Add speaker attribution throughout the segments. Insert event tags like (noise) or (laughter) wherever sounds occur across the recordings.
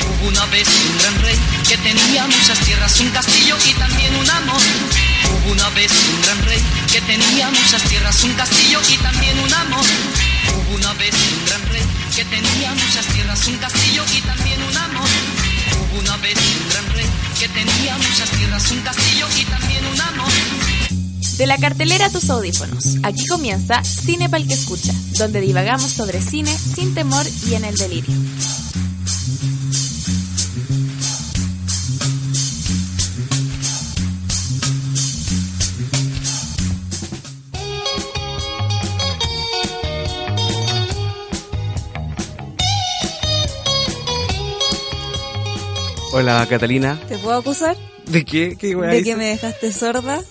Speaker 1: Hubo una vez un gran rey que tenía muchas tierras, un castillo y también un amor. Hubo una vez un gran rey que tenía muchas tierras, un castillo y también un amor. Hubo una vez un gran rey que tenía muchas tierras, un castillo y también un amor. Hubo una vez un gran rey que tenía muchas tierras, un castillo y también un amor.
Speaker 2: De la cartelera a tus audífonos. Aquí comienza Cine para el que escucha, donde divagamos sobre cine sin temor y en el delirio.
Speaker 3: Hola Catalina.
Speaker 4: ¿Te puedo acusar
Speaker 3: ¿De qué? ¿Qué weá
Speaker 4: de
Speaker 3: hice?
Speaker 4: que me dejaste sorda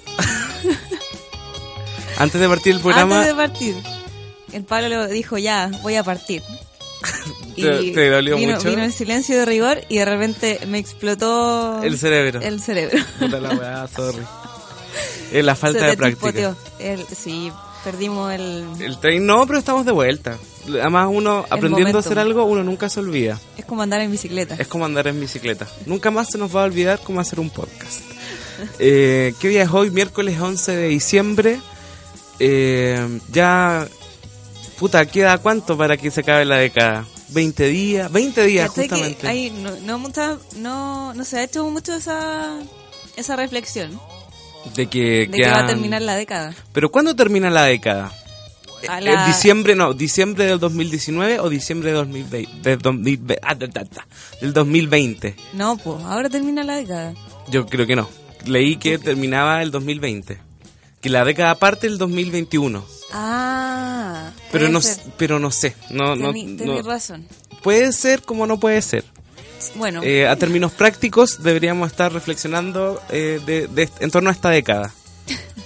Speaker 3: Antes de partir el programa,
Speaker 4: antes de partir? El Pablo le dijo, ya, voy a partir.
Speaker 3: Te- te dolió
Speaker 4: vino,
Speaker 3: mucho.
Speaker 4: Vino el silencio de rigor y de repente me explotó
Speaker 3: el cerebro.
Speaker 4: el cerebro.
Speaker 3: Puta la
Speaker 4: (laughs)
Speaker 3: weá, sorry. Es la (laughs) falta
Speaker 4: Se
Speaker 3: de
Speaker 4: te
Speaker 3: práctica.
Speaker 4: chispoteó. El- sí, perdimos el...
Speaker 3: El tren, no, pero estamos de vuelta. Además, uno aprendiendo a
Speaker 4: momentum.
Speaker 3: hacer algo, uno nunca se olvida.
Speaker 4: Es como andar en bicicleta.
Speaker 3: Es como andar en bicicleta. Nunca más se nos va a olvidar cómo hacer un podcast. Eh, ¿Qué día es hoy? Miércoles 11 de diciembre. Eh, ya. Puta, ¿queda cuánto para que se acabe la década? ¿20 días? ¿20 días,
Speaker 4: Cachai que
Speaker 3: justamente?
Speaker 4: hay- no, no, mucha- no, no se ha hecho mucho esa, esa reflexión
Speaker 3: De que,
Speaker 4: de que va a
Speaker 3: quedan-
Speaker 4: terminar la década.
Speaker 3: Pero ¿cuándo termina la década?
Speaker 4: A
Speaker 3: Eh,
Speaker 4: la-
Speaker 3: diciembre, no, diciembre del 2019 o diciembre de 2020, del 2020, ah, da, da, da, del 2020.
Speaker 4: No, pues, ahora termina la década.
Speaker 3: Yo creo que no. Leí que terminaba el 2020. Que la década parte del 2021.
Speaker 4: Ah,
Speaker 3: Pero
Speaker 4: puede
Speaker 3: no,
Speaker 4: ser.
Speaker 3: s- pero no sé. No, no,
Speaker 4: Tení-
Speaker 3: no-
Speaker 4: tení razón.
Speaker 3: Puede ser como no puede ser.
Speaker 4: Bueno,
Speaker 3: Eh, a términos prácticos deberíamos estar reflexionando eh, de- de- en torno a esta década.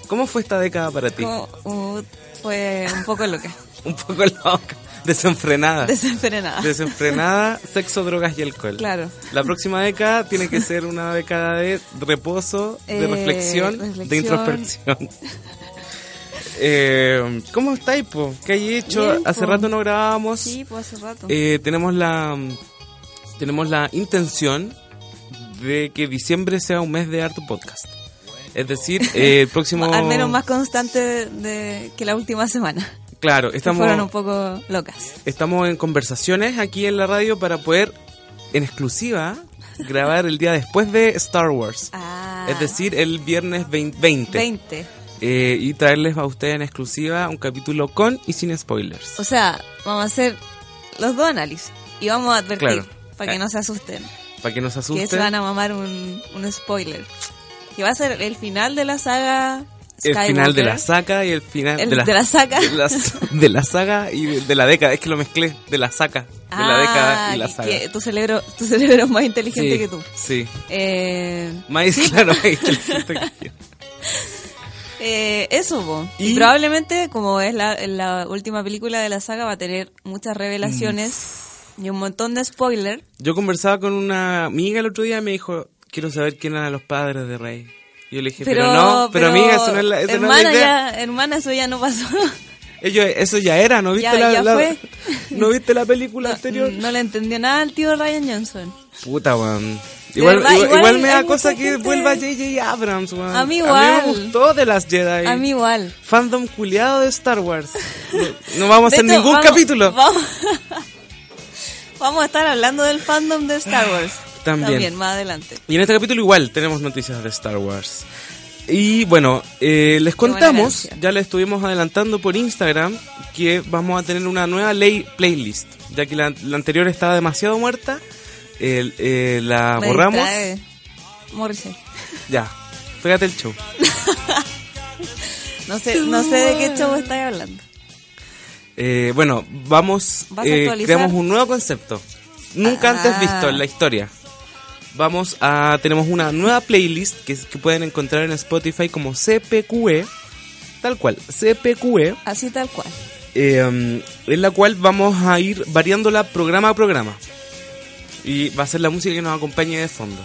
Speaker 3: ¿Cómo fue esta década para ti?
Speaker 4: como, uh, fue un poco
Speaker 3: (laughs)
Speaker 4: loca,
Speaker 3: Un poco loca, desenfrenada.
Speaker 4: desenfrenada. (laughs)
Speaker 3: Desenfrenada, sexo, drogas y alcohol.
Speaker 4: Claro.
Speaker 3: La próxima década tiene que ser una década de reposo, de
Speaker 4: Eh,
Speaker 3: reflexión, de
Speaker 4: reflexión. (laughs)
Speaker 3: introspección. Eh, ¿Cómo estáis, po? ¿Qué hay hecho?
Speaker 4: Bien,
Speaker 3: Hace
Speaker 4: po.
Speaker 3: rato no grabábamos.
Speaker 4: sí, pues hace rato.
Speaker 3: Eh, tenemos la tenemos la intención de que diciembre sea un mes de harto podcast. Es
Speaker 4: (laughs)
Speaker 3: decir, eh, el próximo...
Speaker 4: Al menos más constante de, de- que la última semana. que
Speaker 3: Claro, estamos...
Speaker 4: Fueron un poco locas.
Speaker 3: Estamos en conversaciones aquí en la radio para poder, en exclusiva, grabar el día después de Star Wars.
Speaker 4: Ah,
Speaker 3: Es decir, el viernes 20. 20.
Speaker 4: 20.
Speaker 3: Eh, y traerles a ustedes en exclusiva un capítulo con y sin spoilers.
Speaker 4: O sea, vamos a hacer los dos análisis y vamos a advertir
Speaker 3: Claro.
Speaker 4: para
Speaker 3: Eh.
Speaker 4: que no se asusten,
Speaker 3: Para que no se
Speaker 4: que se
Speaker 3: asusten.
Speaker 4: van a mamar un, un spoiler. Que va a ser el final de la saga.
Speaker 3: El final de la
Speaker 4: Skywalker.
Speaker 3: saca y el final
Speaker 4: El de la saga.
Speaker 3: De la, de la saga y de, de la década. Es que lo mezclé. De la saca. De la década y la
Speaker 4: Ah,
Speaker 3: saga.
Speaker 4: que tu cerebro, tu cerebro es más inteligente
Speaker 3: sí,
Speaker 4: que tú.
Speaker 3: Sí.
Speaker 4: Eh,
Speaker 3: Más (laughs) claro, más inteligente que yo.
Speaker 4: eh, eso, po.
Speaker 3: Y-
Speaker 4: Y probablemente, como es la, la última película de la saga, va a tener muchas revelaciones
Speaker 3: Mm.
Speaker 4: y un montón de spoiler.
Speaker 3: Yo conversaba con una amiga el otro día y me dijo, quiero saber quién eran los padres de Rey. Y yo le dije, pero, no, pero, amiga, eso no es la, eso no es la
Speaker 4: hermana,
Speaker 3: idea.
Speaker 4: ya, hermana, eso ya no pasó.
Speaker 3: Ellos, eso ya era, ¿no viste,
Speaker 4: Ya-
Speaker 3: la,
Speaker 4: ya
Speaker 3: la-
Speaker 4: fue.
Speaker 3: (laughs) ¿no viste la película
Speaker 4: no,
Speaker 3: anterior?
Speaker 4: (laughs) no le entendió nada al tío Ryan Johnson.
Speaker 3: Puta, weón.
Speaker 4: De
Speaker 3: Igual,
Speaker 4: verdad,
Speaker 3: igual,
Speaker 4: igual
Speaker 3: igual me
Speaker 4: hay
Speaker 3: da
Speaker 4: mucha
Speaker 3: cosa que
Speaker 4: gente-
Speaker 3: vuelva J.J. Abrams, weón.
Speaker 4: A mí
Speaker 3: A mí me
Speaker 4: igual.
Speaker 3: gustó de las Jedi.
Speaker 4: A mí igual.
Speaker 3: Fandom culiado de Star Wars. No, no vamos a
Speaker 4: De
Speaker 3: hacer
Speaker 4: hecho,
Speaker 3: ningún
Speaker 4: vamos-
Speaker 3: capítulo.
Speaker 4: Vamos, (laughs) vamos a estar hablando del fandom de Star Wars.
Speaker 3: También.
Speaker 4: más adelante.
Speaker 3: Y en este capítulo igual tenemos noticias de Star Wars. Y bueno, eh, les
Speaker 4: buena
Speaker 3: contamos,
Speaker 4: canción.
Speaker 3: ya les estuvimos adelantando por Instagram, que vamos a tener una nueva ley playlist, ya que la, la anterior estaba demasiado muerta, el- eh, la
Speaker 4: Me
Speaker 3: borramos.
Speaker 4: distrae. Morrissey.
Speaker 3: Ya, pégate el show.
Speaker 4: No sé, no sé de
Speaker 3: (laughs)
Speaker 4: qué show estáis hablando.
Speaker 3: Eh, bueno, vamos,
Speaker 4: ¿Vas a
Speaker 3: eh,
Speaker 4: actualizar?
Speaker 3: creamos un nuevo concepto, nunca antes
Speaker 4: Ah.
Speaker 3: visto en la historia. Vamos a, tenemos una nueva playlist que, que pueden encontrar en Spotify como CPQE, E, tal cual, CPQE.
Speaker 4: Así tal cual.
Speaker 3: eh, E, en la cual vamos a ir variándola programa a programa. Y va a ser la música que nos acompañe de fondo.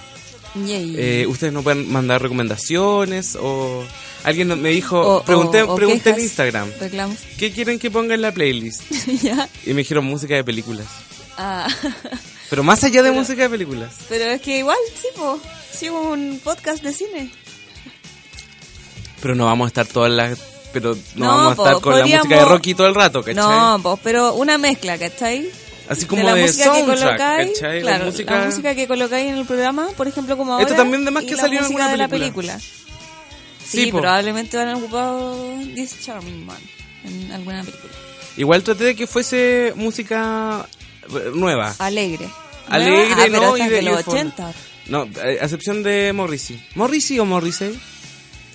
Speaker 4: Yay.
Speaker 3: Eh, ustedes nos pueden mandar recomendaciones o... Alguien no- me dijo,
Speaker 4: O- o-
Speaker 3: pregunté,
Speaker 4: o
Speaker 3: pregunté en
Speaker 4: quejas,
Speaker 3: Instagram,
Speaker 4: Reclamos.
Speaker 3: ¿qué quieren que ponga en la playlist?
Speaker 4: (laughs) ya.
Speaker 3: Y me dijeron música de películas.
Speaker 4: Ah. (laughs)
Speaker 3: Pero más allá de música de películas.
Speaker 4: Pero es que igual, sí, po. Sí, un podcast de cine.
Speaker 3: Pero no vamos a estar todas las. Pero no,
Speaker 4: No,
Speaker 3: vamos a
Speaker 4: po,
Speaker 3: estar con la
Speaker 4: podríamos-
Speaker 3: música de Rocky todo el rato, ¿cachai?
Speaker 4: No, pues, pero una mezcla, ¿cachai?
Speaker 3: Así como
Speaker 4: la
Speaker 3: de
Speaker 4: música
Speaker 3: soundtrack,
Speaker 4: que colocáis,
Speaker 3: ¿cachai? La
Speaker 4: claro,
Speaker 3: música-
Speaker 4: la música que colocáis en el programa, por ejemplo, como ahora.
Speaker 3: Esto también de más
Speaker 4: y
Speaker 3: que
Speaker 4: la
Speaker 3: salió en
Speaker 4: música
Speaker 3: alguna
Speaker 4: de
Speaker 3: película.
Speaker 4: la película. Sí,
Speaker 3: po.
Speaker 4: probablemente van a ocupar This Charming Man en alguna película.
Speaker 3: Igual traté de que fuese música eh, nueva.
Speaker 4: Alegre.
Speaker 3: Alegre,
Speaker 4: Ah, pero
Speaker 3: ¿no?
Speaker 4: esta
Speaker 3: Y
Speaker 4: es
Speaker 3: de-
Speaker 4: de
Speaker 3: y de
Speaker 4: los
Speaker 3: fondo.
Speaker 4: 80.
Speaker 3: No, eh, a excepción de Morrissey. ¿Morrissey o Morrissey?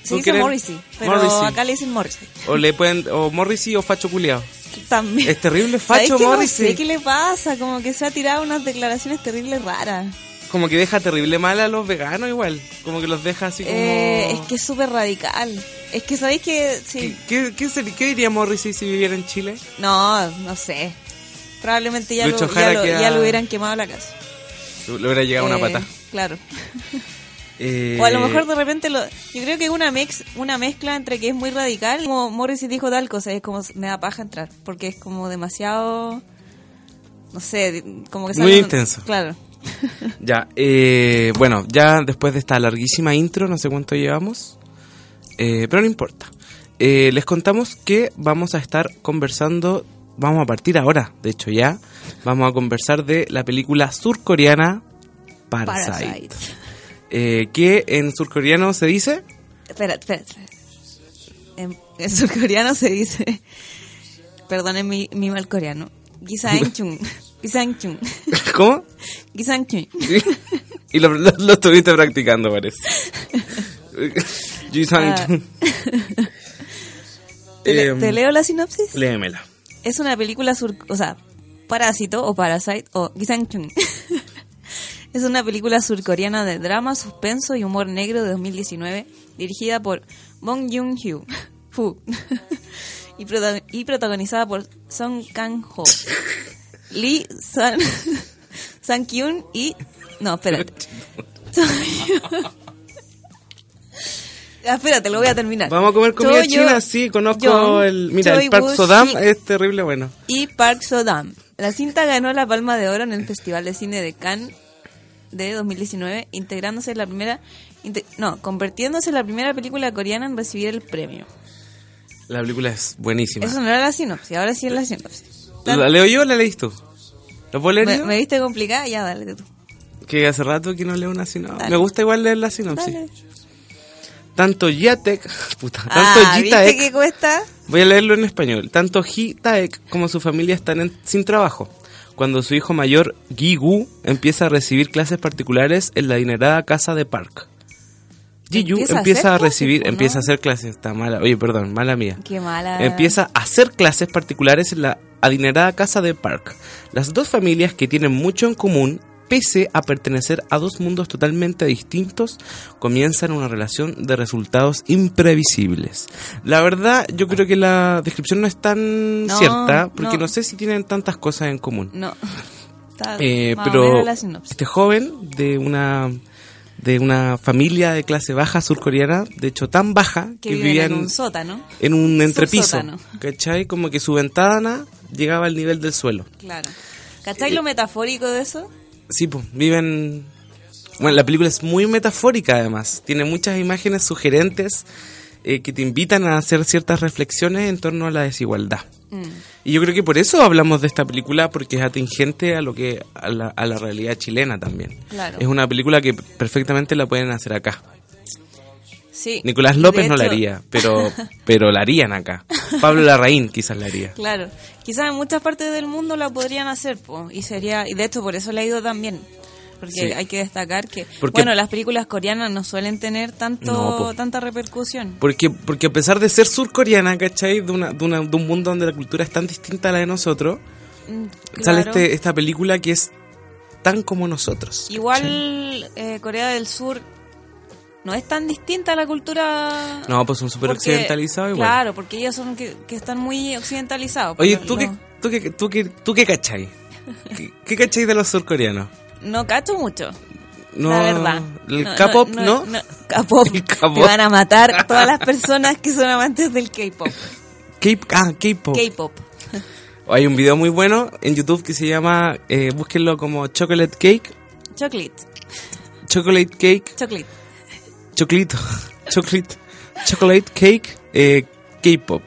Speaker 4: Se
Speaker 3: ¿Tú
Speaker 4: dice
Speaker 3: quieres?
Speaker 4: Morrissey, pero
Speaker 3: Morrissey.
Speaker 4: acá le dicen Morrissey.
Speaker 3: O le pueden, o Morrissey o Facho Culeado.
Speaker 4: También.
Speaker 3: Es terrible
Speaker 4: ¿Sabéis
Speaker 3: facho
Speaker 4: que
Speaker 3: Morrissey.
Speaker 4: No sé qué le pasa, como que se ha tirado unas declaraciones terribles raras.
Speaker 3: Como que deja terrible mal a los veganos igual. Como que los deja así como...
Speaker 4: Eh, es que es súper radical. Es que sabéis que. Sí.
Speaker 3: ¿Qué, qué, qué sería- qué diría Morrissey si viviera en Chile?
Speaker 4: No, no sé. Probablemente ya, lo,
Speaker 3: Lucho
Speaker 4: ya,
Speaker 3: Jara
Speaker 4: lo,
Speaker 3: queda-
Speaker 4: ya lo hubieran quemado la casa.
Speaker 3: Le hubiera llegado una
Speaker 4: Eh,
Speaker 3: pata.
Speaker 4: Claro.
Speaker 3: Eh,
Speaker 4: O a lo mejor de repente lo, yo creo que una mix, una mezcla entre que es muy radical, como Morrissey dijo tal cosa, es como me da paja entrar, porque es como demasiado no sé, de- como que
Speaker 3: Muy
Speaker 4: salen-
Speaker 3: intenso.
Speaker 4: Claro.
Speaker 3: Ya, eh, bueno, ya después de esta larguísima intro, no sé cuánto llevamos, eh, pero no importa. Eh, les contamos que vamos a estar conversando, vamos a partir ahora, de hecho ya, vamos a conversar de la película surcoreana Parasite.
Speaker 4: Parasite.
Speaker 3: Eh, que en surcoreano se dice... (laughs)
Speaker 4: Espera, espera. espera. En, en surcoreano se dice Perdonen mi, mi mal coreano. Gisanchung. Gisanchung.
Speaker 3: ¿Cómo?
Speaker 4: Gisanchung.
Speaker 3: (laughs) y lo, lo- lo estuviste practicando,
Speaker 4: (laughs)
Speaker 3: parece. Jisang (laughs)
Speaker 4: Ah.
Speaker 3: Chung.
Speaker 4: ¿Te,
Speaker 3: Em,
Speaker 4: te leo la sinopsis?
Speaker 3: léemela.
Speaker 4: Es una película sur... O sea, Parásito o Parasite o Gisangchung. (laughs) es una película surcoreana de drama, suspenso y humor negro de 2019 dirigida por Bong Joon-ho (laughs) Fu, y, prota- y protagonizada por Song Kang-ho, (laughs) Lee San, (laughs) San Kyun y... No, espérate. (laughs) Song Hyun. (laughs) Ah, Espérate, lo voy a terminar.
Speaker 3: Vamos a comer comida
Speaker 4: Cho Yo-
Speaker 3: china, sí, conozco
Speaker 4: Jong,
Speaker 3: el... Mira,
Speaker 4: Choi
Speaker 3: el Park
Speaker 4: Woo-sik
Speaker 3: Sodam es terrible bueno.
Speaker 4: y Park Sodam. La cinta ganó la Palma de Oro en el Festival de Cine de Cannes de 2019, integrándose en la primera inte- no, convirtiéndose en la primera película coreana en recibir el premio.
Speaker 3: La película es buenísima.
Speaker 4: Eso no era la sinopsis, ahora sí es la sinopsis. Tan-
Speaker 3: ¿La leo yo o la leís tú? ¿La puedo leer
Speaker 4: me,
Speaker 3: yo?
Speaker 4: me viste complicada, ya dale tú.
Speaker 3: Que hace rato que no leo una sinopsis.
Speaker 4: Dale.
Speaker 3: Me gusta igual leer la sinopsis.
Speaker 4: Dale.
Speaker 3: Tanto Yatek... (laughs) Puta, tanto
Speaker 4: Ah,
Speaker 3: Jitaek-
Speaker 4: ¿viste qué cuesta?
Speaker 3: Voy a leerlo en español. Tanto Ji Taek como su familia están en- sin trabajo. Cuando su hijo mayor, Gi Gu, empieza a recibir clases particulares en la adinerada casa de Park. Ji Yu
Speaker 4: Empieza
Speaker 3: empieza,
Speaker 4: a
Speaker 3: a,
Speaker 4: hacer clases, Pues
Speaker 3: recibir,
Speaker 4: ¿no?
Speaker 3: empieza a hacer clases. Está mala, oye, perdón, mala mía.
Speaker 4: Qué mala.
Speaker 3: Empieza a hacer clases particulares en la adinerada casa de Park. Las dos familias que tienen mucho en común, pese a pertenecer a dos mundos totalmente distintos, comienzan una relación de resultados imprevisibles. La verdad, yo creo que la descripción no es tan
Speaker 4: No,
Speaker 3: cierta, porque no.
Speaker 4: no.
Speaker 3: sé si tienen tantas cosas en común. (laughs)
Speaker 4: No. Está
Speaker 3: Eh,
Speaker 4: Ah, más o
Speaker 3: pero
Speaker 4: menos la sinopsis.
Speaker 3: este joven de una de una familia de clase baja surcoreana, de hecho tan baja
Speaker 4: Que,
Speaker 3: que,
Speaker 4: viven
Speaker 3: vivían
Speaker 4: en un sótano.
Speaker 3: en un entrepiso,
Speaker 4: Subsótano.
Speaker 3: ¿cachai? Como que su ventana llegaba al nivel del suelo.
Speaker 4: Claro. ¿Cachai
Speaker 3: Eh,
Speaker 4: lo metafórico de eso?
Speaker 3: Sí, pues, viven... Bueno, la película es muy metafórica además, tiene muchas imágenes sugerentes eh, que te invitan a hacer ciertas reflexiones en torno a la desigualdad.
Speaker 4: Mm.
Speaker 3: Y yo creo que por eso hablamos de esta película, porque es atingente a lo que a la, a la realidad chilena también.
Speaker 4: Claro.
Speaker 3: Es una película que perfectamente la pueden hacer acá.
Speaker 4: Sí.
Speaker 3: Nicolás
Speaker 4: De
Speaker 3: López no la
Speaker 4: hecho-
Speaker 3: haría, pero,
Speaker 4: (laughs)
Speaker 3: pero la harían acá. Pablo Larraín quizás la haría.
Speaker 4: Claro, quizás en muchas partes del mundo la podrían hacer, po, y sería y de hecho por eso la he ido también, porque
Speaker 3: Sí.
Speaker 4: hay que destacar que
Speaker 3: Porque-
Speaker 4: bueno las películas coreanas no suelen tener tanto
Speaker 3: No, po.
Speaker 4: tanta repercusión.
Speaker 3: Porque, porque a pesar de ser surcoreana, ¿cachai? De, una, de, una- de un mundo donde la cultura es tan distinta a la de nosotros,
Speaker 4: Mm,
Speaker 3: sale
Speaker 4: claro.
Speaker 3: este, esta película que es tan como nosotros.
Speaker 4: Igual eh, Corea del Sur no es tan distinta a la cultura.
Speaker 3: No, pues son súper
Speaker 4: porque-
Speaker 3: occidentalizados igual.
Speaker 4: Claro, porque ellos son que, que están muy occidentalizados.
Speaker 3: Oye,
Speaker 4: pero
Speaker 3: ¿tú, qué,
Speaker 4: no-
Speaker 3: tú, qué, tú, qué, tú qué
Speaker 4: (laughs)
Speaker 3: cachai? ¿Qué, qué cachai de los surcoreanos?
Speaker 4: No cacho mucho.
Speaker 3: No,
Speaker 4: la verdad.
Speaker 3: ¿El K-pop no?
Speaker 4: K-pop.
Speaker 3: (laughs) El
Speaker 4: Te
Speaker 3: K-pop.
Speaker 4: van
Speaker 3: (laughs)
Speaker 4: a matar todas las personas que son amantes del K-pop.
Speaker 3: K- ah, K-pop.
Speaker 4: K-pop.
Speaker 3: Hay un video muy bueno en YouTube que se llama, eh, búsquenlo como Chocolate Cake,
Speaker 4: Chocolate.
Speaker 3: Chocolate Cake,
Speaker 4: Chocolate.
Speaker 3: Choclito, (laughs) Chocolate, Chocolate Cake, eh, K-Pop.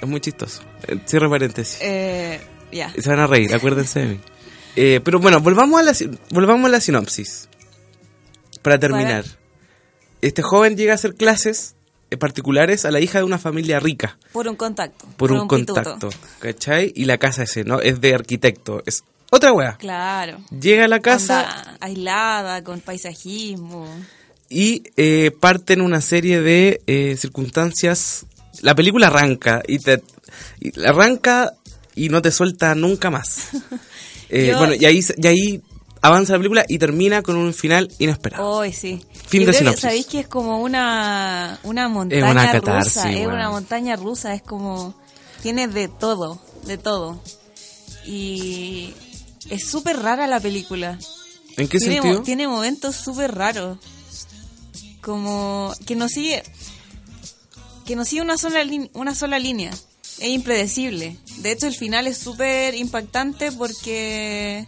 Speaker 3: Es muy chistoso. Eh, Cierro paréntesis.
Speaker 4: Eh, ya.
Speaker 3: Se van a reír, acuérdense de mí. Eh, pero bueno, volvamos a la, sin- volvamos a la sinopsis. Para terminar. Este joven llega a hacer clases eh, particulares a la hija de una familia rica
Speaker 4: Por un contacto.
Speaker 3: por, un,
Speaker 4: pituto.
Speaker 3: contacto. ¿Cachai? Y la casa es, ¿no? es de arquitecto. Es otra wea.
Speaker 4: Claro.
Speaker 3: Llega a la casa
Speaker 4: Onda aislada, con paisajismo.
Speaker 3: y eh, parten una serie de eh, circunstancias. La película arranca y te y arranca y no te suelta nunca más.
Speaker 4: (laughs)
Speaker 3: Eh,
Speaker 4: Yo-
Speaker 3: Bueno, y ahí, se- y ahí avanza la película y termina con un final inesperado.
Speaker 4: Hoy sí.
Speaker 3: Fin
Speaker 4: Yo
Speaker 3: de
Speaker 4: creo que
Speaker 3: sinopsis.
Speaker 4: Sabéis que es como una, una montaña
Speaker 3: una catarsis,
Speaker 4: rusa. Es
Speaker 3: weón.
Speaker 4: una montaña rusa. Es como. Tiene de todo. De todo. Y. Es súper rara la película.
Speaker 3: ¿En qué
Speaker 4: tiene, mo-
Speaker 3: sentido?
Speaker 4: tiene momentos súper raros. Como que no sigue. Que no sigue una sola, lin- una sola línea. Es impredecible. De hecho, el final es súper impactante porque.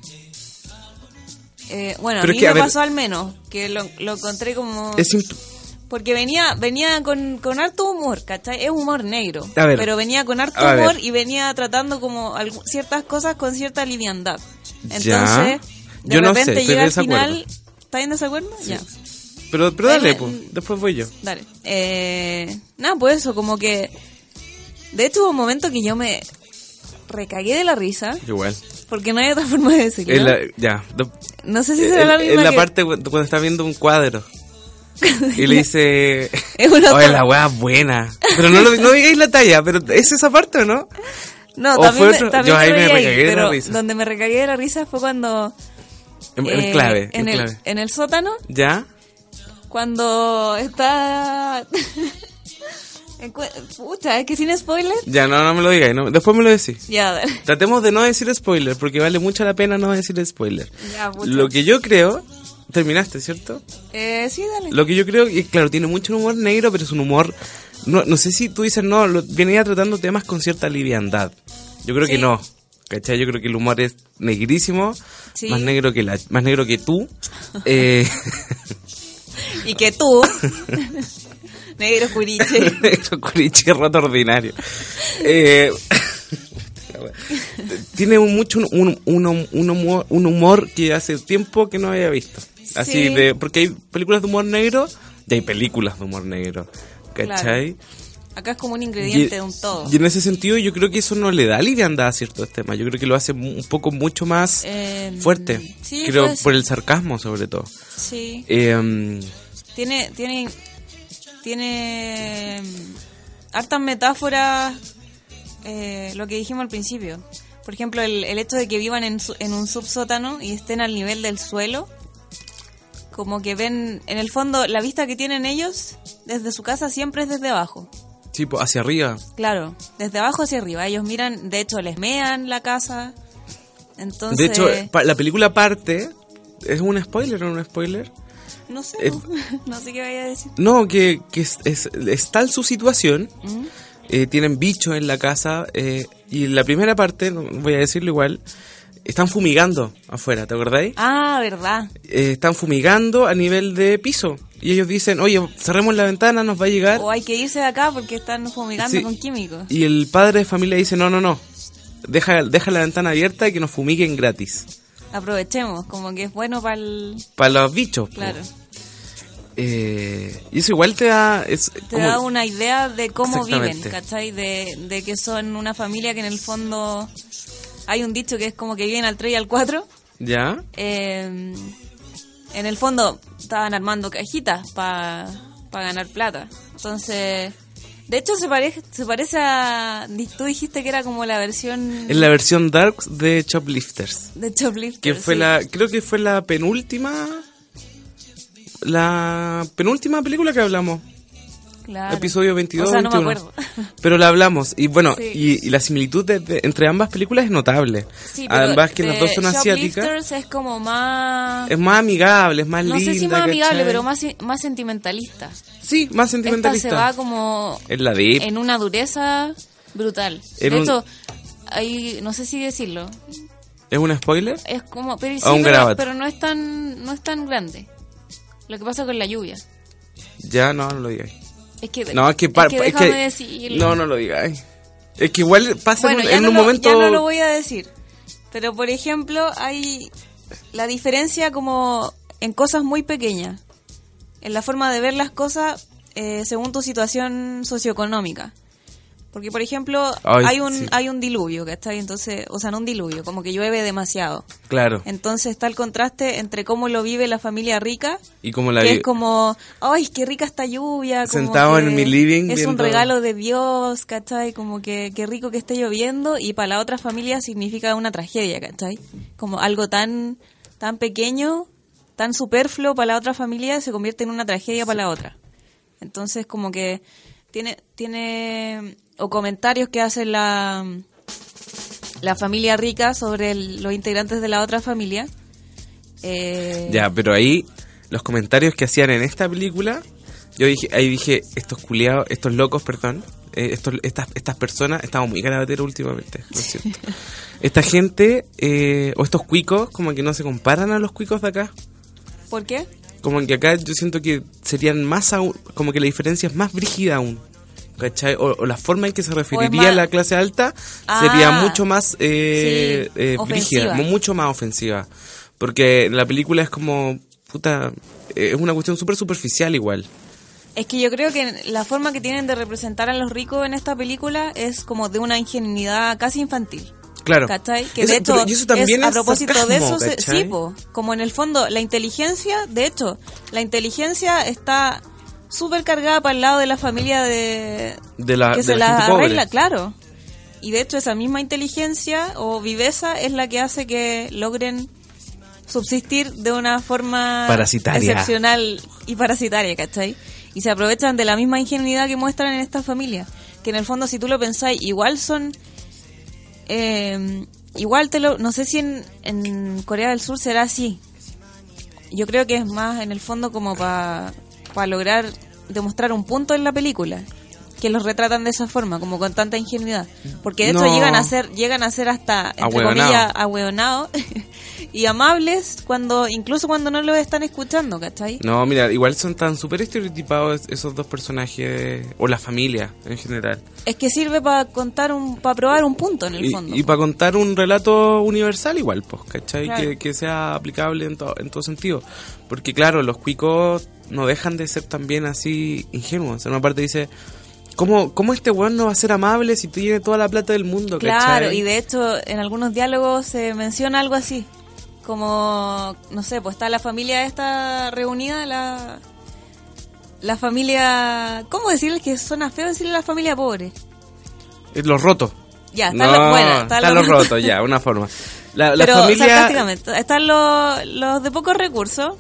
Speaker 4: eh, bueno,
Speaker 3: Pero
Speaker 4: a
Speaker 3: es
Speaker 4: mí
Speaker 3: que, a
Speaker 4: me
Speaker 3: ver-
Speaker 4: pasó al menos. Que lo, lo encontré como.
Speaker 3: Es imp-
Speaker 4: Porque venía, venía con, con harto humor, ¿cachai? Es humor negro.
Speaker 3: A ver.
Speaker 4: pero venía con harto
Speaker 3: A ver.
Speaker 4: humor y venía tratando como algu- ciertas cosas con cierta liviandad.
Speaker 3: Ya.
Speaker 4: Entonces, de
Speaker 3: Yo no sé,
Speaker 4: repente
Speaker 3: estoy en
Speaker 4: llega al
Speaker 3: desacuerdo.
Speaker 4: final. ¿Estás en desacuerdo? Ya.
Speaker 3: pero, pero dale,
Speaker 4: Eh,
Speaker 3: po,
Speaker 4: mm.
Speaker 3: después voy yo.
Speaker 4: Dale. Eh, nada, pues eso, como que. De hecho, hubo un momento que yo me recagué de la risa,
Speaker 3: Igual.
Speaker 4: porque no hay otra (laughs) forma de decirlo.
Speaker 3: En la, ya. do-
Speaker 4: no sé si
Speaker 3: Eh, en-
Speaker 4: será la misma.
Speaker 3: en la
Speaker 4: que-
Speaker 3: parte cu- cuando está viendo un cuadro.
Speaker 4: (laughs)
Speaker 3: Y le dice...
Speaker 4: Es una
Speaker 3: Oye,
Speaker 4: to-
Speaker 3: la weá buena. Pero no, lo- no digáis la talla, pero es esa parte, ¿o no?
Speaker 4: No,
Speaker 3: o
Speaker 4: también,
Speaker 3: fue
Speaker 4: me-
Speaker 3: otro-
Speaker 4: también
Speaker 3: yo ahí me
Speaker 4: reí
Speaker 3: recagué de la
Speaker 4: pero
Speaker 3: risa.
Speaker 4: Donde me recagué de la risa fue cuando.
Speaker 3: En, en
Speaker 4: eh,
Speaker 3: clave, en,
Speaker 4: en el,
Speaker 3: clave.
Speaker 4: en el sótano,
Speaker 3: ¿Ya?
Speaker 4: cuando está. (laughs) Encu- Pucha, es que sin spoiler.
Speaker 3: Ya, no, no me lo digáis. no- después me lo decís.
Speaker 4: Ya, dale.
Speaker 3: Tratemos de no decir spoiler, porque vale mucho la pena no decir spoiler.
Speaker 4: Ya, pucha.
Speaker 3: Lo que yo creo... Terminaste, ¿cierto?
Speaker 4: Eh, sí, dale.
Speaker 3: Lo que yo creo, y claro, tiene mucho humor negro, pero es un humor... No, no sé si tú dices, no, lo, venía tratando temas con cierta liviandad. Yo creo que
Speaker 4: Sí.
Speaker 3: no. ¿Cachai? Yo creo que el humor es negrísimo,
Speaker 4: Sí.
Speaker 3: más negro que la, más negro que
Speaker 4: (laughs)
Speaker 3: tú. Eh,
Speaker 4: Y que tú, (laughs) negro curiche,
Speaker 3: (laughs) Negro culichi rato ordinario. Eh, (laughs) tiene un, mucho un, un- un- un humor, un humor que hace tiempo que no había visto. Así
Speaker 4: Sí.
Speaker 3: de, porque hay películas de humor negro y hay películas de humor negro. ¿Cachai?
Speaker 4: acá es como un
Speaker 3: Y,
Speaker 4: ingrediente de un todo.
Speaker 3: y en ese sentido yo creo que eso no le da liviandad a ciertos temas. Yo creo que lo hace mu- un poco mucho más
Speaker 4: Eh,
Speaker 3: fuerte.
Speaker 4: sí,
Speaker 3: creo
Speaker 4: puede ser.
Speaker 3: por el sarcasmo sobre todo.
Speaker 4: Sí,
Speaker 3: Eh,
Speaker 4: tiene, tiene, tiene mm, hartas metáforas, eh, lo que dijimos al principio. Por ejemplo, el, el hecho de que vivan en, su- en un subsótano y estén al nivel del suelo, como que ven, en el fondo, la vista que tienen ellos desde su casa siempre es desde abajo.
Speaker 3: tipo, pues, hacia arriba.
Speaker 4: Claro, desde abajo hacia arriba. Ellos miran, de hecho, les mean la casa. Entonces,
Speaker 3: De hecho, eh, pa- la película parte. ¿Es un spoiler o no un spoiler?
Speaker 4: no sé,
Speaker 3: eh,
Speaker 4: (laughs) no sé qué vaya a decir.
Speaker 3: No, que, que es, es- es tal su situación. eh, tienen bichos en la casa. eh, y en la primera parte, no- voy a decirlo igual. Están fumigando afuera, ¿te acordáis?
Speaker 4: Ah, verdad.
Speaker 3: Eh, están fumigando a nivel de piso. Y ellos dicen, oye, cerremos la ventana, nos va a llegar.
Speaker 4: O hay que irse de acá porque están fumigando
Speaker 3: Sí.
Speaker 4: con químicos.
Speaker 3: Y el padre de familia dice, no, no, no. Deja, deja la ventana abierta y que nos fumiguen gratis.
Speaker 4: Aprovechemos, como que es bueno para el...
Speaker 3: Para los bichos. po.
Speaker 4: Claro,
Speaker 3: Eh, y eso igual te da... Es,
Speaker 4: te
Speaker 3: como-
Speaker 4: da una idea de cómo viven,
Speaker 3: Exactamente.
Speaker 4: ¿cachai? De, de que son una familia que en el fondo... Hay un dicho que es como que viven al 3 y al 4.
Speaker 3: ¿Ya?
Speaker 4: Eh, en el fondo estaban armando cajitas para ganar plata. Entonces, de hecho se, parece se parece a... di- Tú dijiste que era como la versión
Speaker 3: En la versión Dark de Shoplifters.
Speaker 4: de Choplifter.
Speaker 3: Que fue la. Creo que fue la penúltima. La penúltima película que hablamos. Episodio 22.
Speaker 4: O sea, no me
Speaker 3: 21.
Speaker 4: acuerdo.
Speaker 3: Pero la hablamos. Y bueno,
Speaker 4: Sí.
Speaker 3: y, y la similitud de- de- entre ambas películas es notable.
Speaker 4: Sí, pero
Speaker 3: Además Ah, que las
Speaker 4: de
Speaker 3: dos son asiáticas.
Speaker 4: Shoplifters es como más...
Speaker 3: Es más amigable, es más
Speaker 4: no
Speaker 3: linda.
Speaker 4: sé si más amigable,
Speaker 3: ¿cachai?
Speaker 4: pero más, más sentimentalista.
Speaker 3: Sí, más
Speaker 4: Esta se
Speaker 3: sentimentalista.
Speaker 4: va como
Speaker 3: Es la de.
Speaker 4: en una dureza brutal.
Speaker 3: En
Speaker 4: de
Speaker 3: un-
Speaker 4: hecho, ahí no sé si decirlo.
Speaker 3: ¿Es un spoiler?
Speaker 4: Es como, pero, sí,
Speaker 3: Aún
Speaker 4: pero,
Speaker 3: grábate.
Speaker 4: pero no es tan no es tan grande. Lo que pasa con la lluvia
Speaker 3: Ya, no, no lo digas.
Speaker 4: es que
Speaker 3: No, es que... pa- es
Speaker 4: déjame
Speaker 3: que-
Speaker 4: decirlo.
Speaker 3: No, no lo digas. Es que igual pasa
Speaker 4: Bueno,
Speaker 3: en,
Speaker 4: ya
Speaker 3: en
Speaker 4: no
Speaker 3: un
Speaker 4: lo-
Speaker 3: momento...
Speaker 4: ya no lo voy a decir. Pero por ejemplo, hay la diferencia como en cosas muy pequeñas. En la forma de ver las cosas eh, según tu situación socioeconómica. Porque por ejemplo,
Speaker 3: Ay,
Speaker 4: hay un
Speaker 3: sí.
Speaker 4: hay un diluvio, ¿cachai? Entonces, o sea, no un diluvio, como que llueve demasiado.
Speaker 3: Claro.
Speaker 4: Entonces está el contraste entre cómo lo vive la familia rica
Speaker 3: Y como la
Speaker 4: que
Speaker 3: vi-
Speaker 4: es como, ay, qué rica esta lluvia. como
Speaker 3: Sentado en
Speaker 4: que
Speaker 3: mi living
Speaker 4: Es un
Speaker 3: viendo-
Speaker 4: regalo de Dios, ¿cachai? Como que qué rico que esté lloviendo y para la otra familia significa una tragedia, ¿cachai? Como algo tan, tan pequeño, tan superfluo para la otra familia se convierte en una tragedia para la otra. Entonces como que tiene, tiene, o comentarios que hace la, la familia rica sobre el- los integrantes de la otra familia. Eh,
Speaker 3: Ya, pero ahí los comentarios que hacían en esta película, yo dije, ahí dije, estos culiados, estos locos, perdón, eh, estos, estas, estas personas, estamos muy garabateros últimamente, lo siento. Esta gente, eh, o estos cuicos, como que no se comparan a los cuicos de acá.
Speaker 4: ¿Por qué?
Speaker 3: Como que acá yo siento que serían más aún, como que la diferencia es más brígida aún. ¿Cachai? O, o la forma en que se referiría
Speaker 4: más-
Speaker 3: a la clase alta
Speaker 4: Ah.
Speaker 3: sería mucho más eh,
Speaker 4: Sí,
Speaker 3: eh,
Speaker 4: ofensiva.
Speaker 3: brígida, mu- mucho más ofensiva. Porque la película es como, puta, eh, es una cuestión súper superficial igual.
Speaker 4: Es que yo creo que la forma que tienen de representar a los ricos en esta película es como de una ingenuidad casi infantil.
Speaker 3: Claro.
Speaker 4: ¿Cachai? Que
Speaker 3: Eso-
Speaker 4: de hecho,
Speaker 3: pero- y eso también
Speaker 4: es- a
Speaker 3: es
Speaker 4: propósito de
Speaker 3: sarcasmo,
Speaker 4: eso, se-
Speaker 3: ¿cachai?
Speaker 4: sí, po. como en el fondo, la inteligencia, de hecho, la inteligencia está súper cargada para el lado de la familia de,
Speaker 3: De la-
Speaker 4: que
Speaker 3: de
Speaker 4: se
Speaker 3: la
Speaker 4: las
Speaker 3: gente pobre.
Speaker 4: arregla, claro. Y de hecho, esa misma inteligencia o viveza es la que hace que logren subsistir de una forma
Speaker 3: Parasitaria.
Speaker 4: excepcional y parasitaria, ¿cachai? Y se aprovechan de la misma ingenuidad que muestran en esta familia. Que en el fondo, si tú lo pensáis, igual son eh, igual te lo. No sé si en, en Corea del Sur será así. Yo creo que es más en el fondo como para lograr demostrar un punto en la película. Que los retratan de esa forma, como con tanta ingenuidad. Porque de hecho
Speaker 3: No.
Speaker 4: llegan a ser, llegan a ser hasta, entre
Speaker 3: Ahueonao.
Speaker 4: comillas, ahueonados (laughs) y amables cuando, incluso cuando no los están escuchando, ¿cachai?
Speaker 3: No, mira, igual son tan súper estereotipados esos dos personajes, o la familia en general.
Speaker 4: Es que sirve para contar un, para probar un punto en el
Speaker 3: Y-
Speaker 4: fondo. pues.
Speaker 3: Y, para contar un relato universal igual, pues, ¿cachai?
Speaker 4: Claro.
Speaker 3: Que, que sea aplicable en, to- en todo sentido. Porque claro, los cuicos no dejan de ser también así ingenuos. En una parte dice, ¿cómo, cómo este weón no va a ser amable si tiene toda la plata del mundo?
Speaker 4: Claro,
Speaker 3: ¿cachai?
Speaker 4: y de hecho en algunos diálogos se menciona algo así, como, no sé, pues está la familia esta reunida, la, la familia, ¿cómo decirles que suena feo decirle la familia pobre?
Speaker 3: Eh, Los rotos.
Speaker 4: Ya, están los- bueno, están
Speaker 3: están
Speaker 4: los-
Speaker 3: los rotos, ya, una forma. La, la
Speaker 4: Pero
Speaker 3: familia...
Speaker 4: sarcásticamente, están los, los de pocos recursos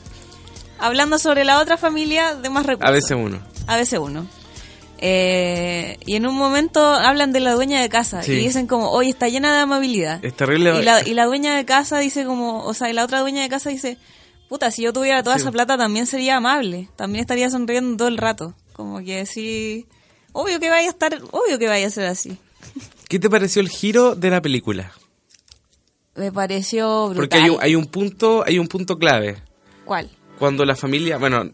Speaker 4: hablando sobre la otra familia de más recursos.
Speaker 3: A veces uno.
Speaker 4: ABC uno Eh, y en un momento hablan de la dueña de casa
Speaker 3: Sí.
Speaker 4: y dicen como, oye, está llena de amabilidad.
Speaker 3: Es terrible.
Speaker 4: Y la, y la dueña de casa dice como, o sea, y la otra dueña de casa dice, puta, si yo tuviera toda
Speaker 3: Sí.
Speaker 4: esa plata también sería amable, también estaría sonriendo todo el rato. Como que sí, obvio que vaya a estar, obvio que vaya a ser así.
Speaker 3: ¿Qué te pareció el giro de la película?
Speaker 4: Me pareció brutal.
Speaker 3: Porque hay un, hay un punto, hay un punto clave.
Speaker 4: ¿Cuál?
Speaker 3: cuando la familia, bueno,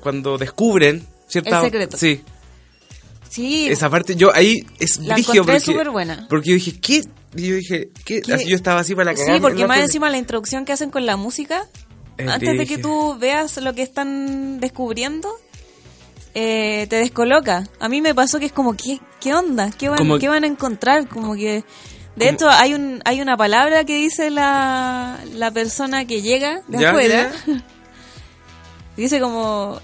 Speaker 3: cuando descubren cierta
Speaker 4: El secreto.
Speaker 3: Sí,
Speaker 4: Sí,
Speaker 3: esa parte yo ahí es
Speaker 4: La
Speaker 3: brígido
Speaker 4: encontré
Speaker 3: porque
Speaker 4: superbuena.
Speaker 3: porque yo dije, ¿qué? Y yo dije, ¿qué?
Speaker 4: ¿Qué?
Speaker 3: Así yo estaba así para la cagada.
Speaker 4: Sí, porque más encima la introducción que hacen con la música,
Speaker 3: Es
Speaker 4: antes de que
Speaker 3: brígido.
Speaker 4: tú veas lo que están descubriendo, eh, te descoloca. A mí me pasó que es como, ¿qué, qué onda? ¿Qué van,
Speaker 3: Como-
Speaker 4: ¿Qué van a encontrar? Como que... De
Speaker 3: Como-
Speaker 4: hecho, hay un hay una palabra que dice la, la persona que llega de
Speaker 3: Ya,
Speaker 4: afuera.
Speaker 3: ya,
Speaker 4: (laughs) Dice como...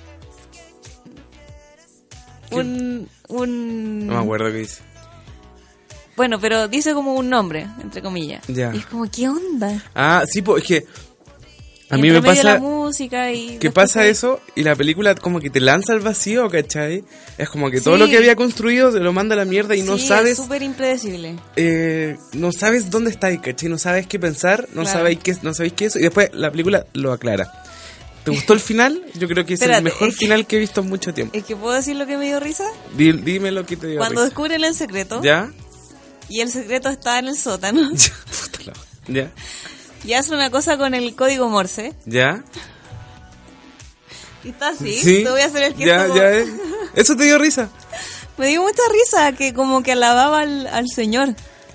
Speaker 4: Un... un
Speaker 3: No
Speaker 4: Mm.
Speaker 3: me acuerdo qué dice.
Speaker 4: bueno, pero dice como un nombre, entre comillas.
Speaker 3: Ya.
Speaker 4: Y es como, ¿qué onda?
Speaker 3: Ah, sí, pues es que a
Speaker 4: Y
Speaker 3: mí
Speaker 4: entre
Speaker 3: me
Speaker 4: medio la
Speaker 3: pasa
Speaker 4: música y
Speaker 3: que
Speaker 4: después
Speaker 3: pasa
Speaker 4: ahí-
Speaker 3: eso y la película como que te lanza al vacío, ¿cachai? Es como que todo
Speaker 4: Sí.
Speaker 3: lo que había construido se lo manda a la mierda y no
Speaker 4: Sí, es
Speaker 3: sabes
Speaker 4: súper impredecible.
Speaker 3: eh, no sabes dónde está ahí, ¿cachai? No sabes qué pensar, no
Speaker 4: Claro.
Speaker 3: sabéis qué, no sabéis qué es, y después la película lo aclara. ¿Te gustó el final? Yo creo que es
Speaker 4: Espérate,
Speaker 3: el mejor
Speaker 4: es que-
Speaker 3: final que he visto en mucho tiempo.
Speaker 4: Es que puedo decir lo que me dio risa.
Speaker 3: Di- dime lo que te dio
Speaker 4: Cuando
Speaker 3: risa. (laughs)
Speaker 4: descubren el secreto,
Speaker 3: ¿Ya?
Speaker 4: y el secreto está en
Speaker 3: (laughs)
Speaker 4: el sótano.
Speaker 3: Puta la- ¿Ya?
Speaker 4: Y hace una cosa con el código Morse.
Speaker 3: ¿Ya?
Speaker 4: Y está así. Te voy a hacer el gesto.
Speaker 3: Ya,
Speaker 4: como-
Speaker 3: ya es. Eso te dio risa.
Speaker 4: Me dio mucha risa que como que alababa al, al señor.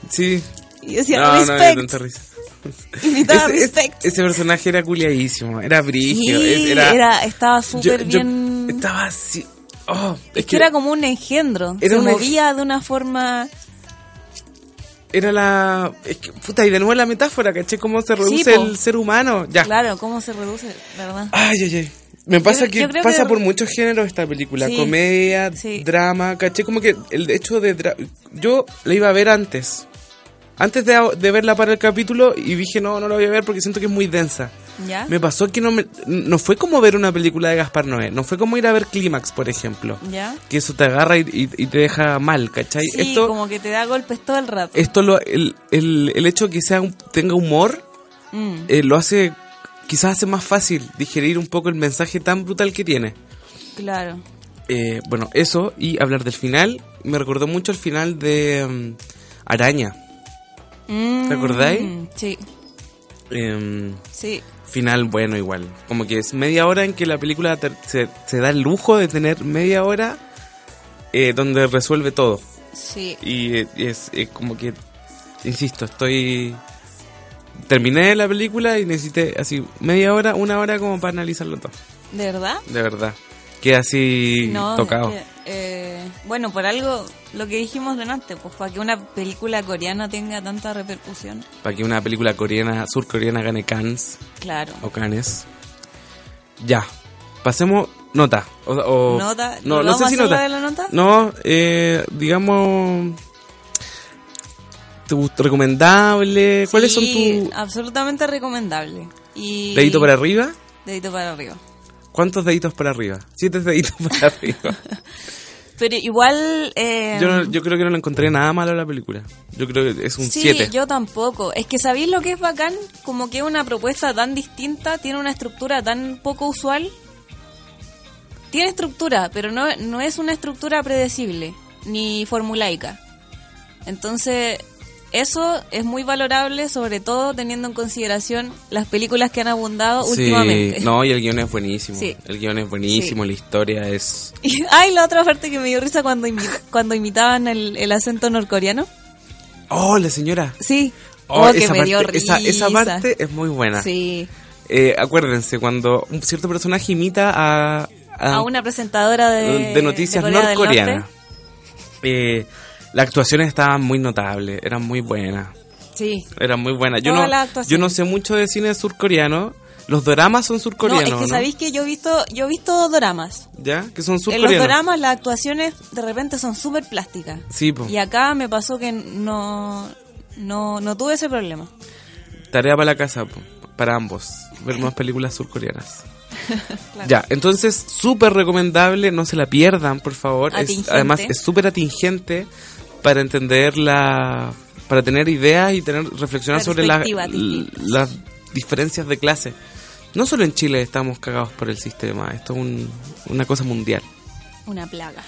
Speaker 3: Sí.
Speaker 4: Y decía,
Speaker 3: no, no me dio
Speaker 4: respect.
Speaker 3: tanta risa.
Speaker 4: Imitaba
Speaker 3: Ese- ese-
Speaker 4: respect.
Speaker 3: ese personaje era culiadísimo, era brígido.
Speaker 4: Sí,
Speaker 3: es- era,
Speaker 4: era- estaba
Speaker 3: yo-
Speaker 4: súper
Speaker 3: yo
Speaker 4: bien.
Speaker 3: Estaba así. Oh, es
Speaker 4: que, era como un engendro.
Speaker 3: Era
Speaker 4: se
Speaker 3: un ej-
Speaker 4: movía de una forma.
Speaker 3: era la. Es que, puta, y de nuevo la metáfora, ¿caché? Cómo se reduce
Speaker 4: po.
Speaker 3: el ser humano. Ya. Ah,
Speaker 4: Claro, cómo se reduce, ¿verdad?
Speaker 3: Ay, ay, ay. Me pasa
Speaker 4: creo- yo
Speaker 3: que
Speaker 4: creo
Speaker 3: pasa
Speaker 4: que-
Speaker 3: por muchos géneros esta película.
Speaker 4: Sí,
Speaker 3: Comedia,
Speaker 4: sí.
Speaker 3: drama, ¿caché? Como que el hecho de... dra- Yo la iba a ver antes. Antes de, de verla para el capítulo y dije, no, no la voy a ver porque siento que es muy densa.
Speaker 4: ¿Ya?
Speaker 3: Me pasó que no, me- no fue como ver una película de Gaspar Noé, no fue como ir a ver Clímax, por ejemplo.
Speaker 4: ¿Ya?
Speaker 3: Que eso te agarra y, y- y te deja mal, ¿cachai?
Speaker 4: Sí,
Speaker 3: esto
Speaker 4: como que te da golpes todo el rato.
Speaker 3: esto lo, el, el, el hecho de que sea un- tenga humor
Speaker 4: Mm.
Speaker 3: eh, lo hace, quizás hace más fácil digerir un poco el mensaje tan brutal que tiene.
Speaker 4: Claro.
Speaker 3: Eh, bueno, eso y hablar del final, me recordó mucho el final de mm, Araña.
Speaker 4: Mm,
Speaker 3: acordáis?
Speaker 4: Sí,
Speaker 3: Em,
Speaker 4: sí.
Speaker 3: final bueno igual. Como que es media hora en que la película ter- se, se da el lujo de tener media hora eh, donde resuelve todo.
Speaker 4: Sí.
Speaker 3: Y eh, y es eh, como que, insisto, estoy... Terminé la película y necesité así media hora, una hora como para analizarlo todo.
Speaker 4: ¿De verdad?
Speaker 3: De verdad. Queda así
Speaker 4: No,
Speaker 3: tocado.
Speaker 4: es que, eh, bueno, por algo, lo que dijimos delante, pues para que una película coreana tenga tanta repercusión.
Speaker 3: Para que una película coreana, surcoreana gane Cannes
Speaker 4: Claro.
Speaker 3: o Cannes. Ya. Pasemos nota. O, o-
Speaker 4: Nota.
Speaker 3: No,
Speaker 4: ¿Nos
Speaker 3: no sé
Speaker 4: vamos
Speaker 3: si
Speaker 4: a hacer
Speaker 3: nota.
Speaker 4: la de la nota?
Speaker 3: No, eh, digamos... ¿Te gust- ¿Recomendable? ¿Cuáles
Speaker 4: Sí,
Speaker 3: son tus...
Speaker 4: Absolutamente recomendable. Y...
Speaker 3: ¿Dedito para arriba?
Speaker 4: Dedito para arriba.
Speaker 3: ¿Cuántos deditos para arriba? Siete deditos para arriba.
Speaker 4: Pero igual... eh,
Speaker 3: Yo, no- yo creo que no le encontré nada malo a la película. Yo creo que es un
Speaker 4: Sí,
Speaker 3: 7.
Speaker 4: yo tampoco. Es que sabéis lo que es bacán, como que es una propuesta tan distinta, tiene una estructura tan poco usual. Tiene estructura, pero no, no es una estructura predecible, ni formulaica. Entonces, eso es muy valorable, sobre todo teniendo en consideración las películas que han abundado últimamente.
Speaker 3: no, y el guión es buenísimo.
Speaker 4: Sí.
Speaker 3: El guión es buenísimo, la historia es...
Speaker 4: (laughs) Y- Ay, la otra parte que me dio risa cuando, imi- cuando imitaban el, el acento norcoreano.
Speaker 3: ¡Oh, la señora!
Speaker 4: Sí.
Speaker 3: Oh,
Speaker 4: que
Speaker 3: esa,
Speaker 4: me dio
Speaker 3: parte, esa, esa
Speaker 4: risa.
Speaker 3: parte es muy buena.
Speaker 4: Sí.
Speaker 3: Eh, acuérdense, cuando un cierto personaje imita a... a-
Speaker 4: a una presentadora de,
Speaker 3: Ah, de noticias
Speaker 4: de Corea del
Speaker 3: norcoreanas.
Speaker 4: Norte.
Speaker 3: Eh, las actuaciones estaban muy notables, eran muy buenas.
Speaker 4: Sí.
Speaker 3: Eran muy buenas. Yo
Speaker 4: Todas
Speaker 3: no,
Speaker 4: las actuaciones.
Speaker 3: yo no sé mucho de cine surcoreano. Los doramas son surcoreanos.
Speaker 4: no, es
Speaker 3: ¿no?
Speaker 4: que sabéis que yo he visto, yo he visto doramas.
Speaker 3: ¿Ya? Que son
Speaker 4: En los
Speaker 3: surcoreanos.
Speaker 4: doramas las actuaciones de repente son súper plásticas.
Speaker 3: Sí, po.
Speaker 4: Y acá me pasó que no, no, no tuve ese problema.
Speaker 3: Tarea para la casa, po, para ambos. Ver más películas
Speaker 4: (laughs)
Speaker 3: surcoreanas. Ya, entonces, súper recomendable, no se la pierdan, por favor. Es-
Speaker 4: Atingente.
Speaker 3: además, es súper atingente para entender la. para tener ideas y tener reflexionar sobre la-
Speaker 4: Perspectivas
Speaker 3: l-
Speaker 4: distintas.
Speaker 3: las diferencias de clase. No solo en Chile estamos cagados por el sistema, esto es un- una cosa mundial.
Speaker 4: Una plaga.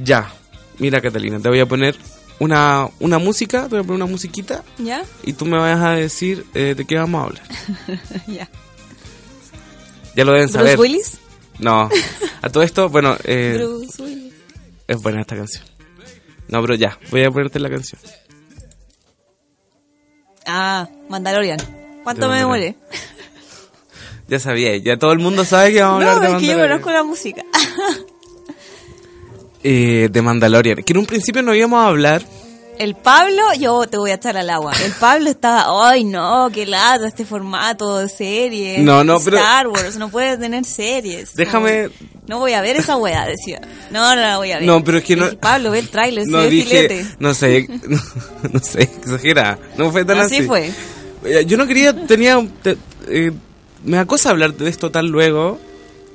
Speaker 3: Ya, mira Catalina, te voy a poner una, una música, te voy a poner una musiquita
Speaker 4: ¿Ya? (laughs)
Speaker 3: y tú me vas a decir eh, de qué vamos a hablar.
Speaker 4: ya.
Speaker 3: Ya lo deben
Speaker 4: ¿Bruce
Speaker 3: saber.
Speaker 4: Willis? (laughs)
Speaker 3: No, a todo esto, bueno, Pues, eh,
Speaker 4: Bruce Willis.
Speaker 3: es buena esta canción. No, pero ya, voy a ponerte la canción.
Speaker 4: Ah, Mandalorian. ¿Cuánto
Speaker 3: De
Speaker 4: me
Speaker 3: Mandalorian.
Speaker 4: demoré?
Speaker 3: Ya sabía, ya todo el mundo sabe que vamos a
Speaker 4: No,
Speaker 3: hablar de
Speaker 4: es que yo
Speaker 3: Mandalorian.
Speaker 4: conozco la música.
Speaker 3: Eh, de Mandalorian, que en un principio no íbamos a hablar.
Speaker 4: El Pablo, yo te voy a echar al agua. El Pablo estaba, ay no, qué lata este formato de serie.
Speaker 3: No, no, pero-
Speaker 4: Star Wars, no puede tener series.
Speaker 3: Déjame-
Speaker 4: No, no voy a ver esa weá, decía. No, no la voy a ver.
Speaker 3: No, pero es que
Speaker 4: Le
Speaker 3: no-
Speaker 4: dije, Pablo, ve el tráiler,
Speaker 3: No
Speaker 4: se ve
Speaker 3: dije,
Speaker 4: filete.
Speaker 3: no sé,
Speaker 4: (laughs)
Speaker 3: no, no sé, exagera. No fue tan así.
Speaker 4: Así fue.
Speaker 3: Eh, Yo no quería, tenía, un- te- eh, me da cosa hablar de esto tan luego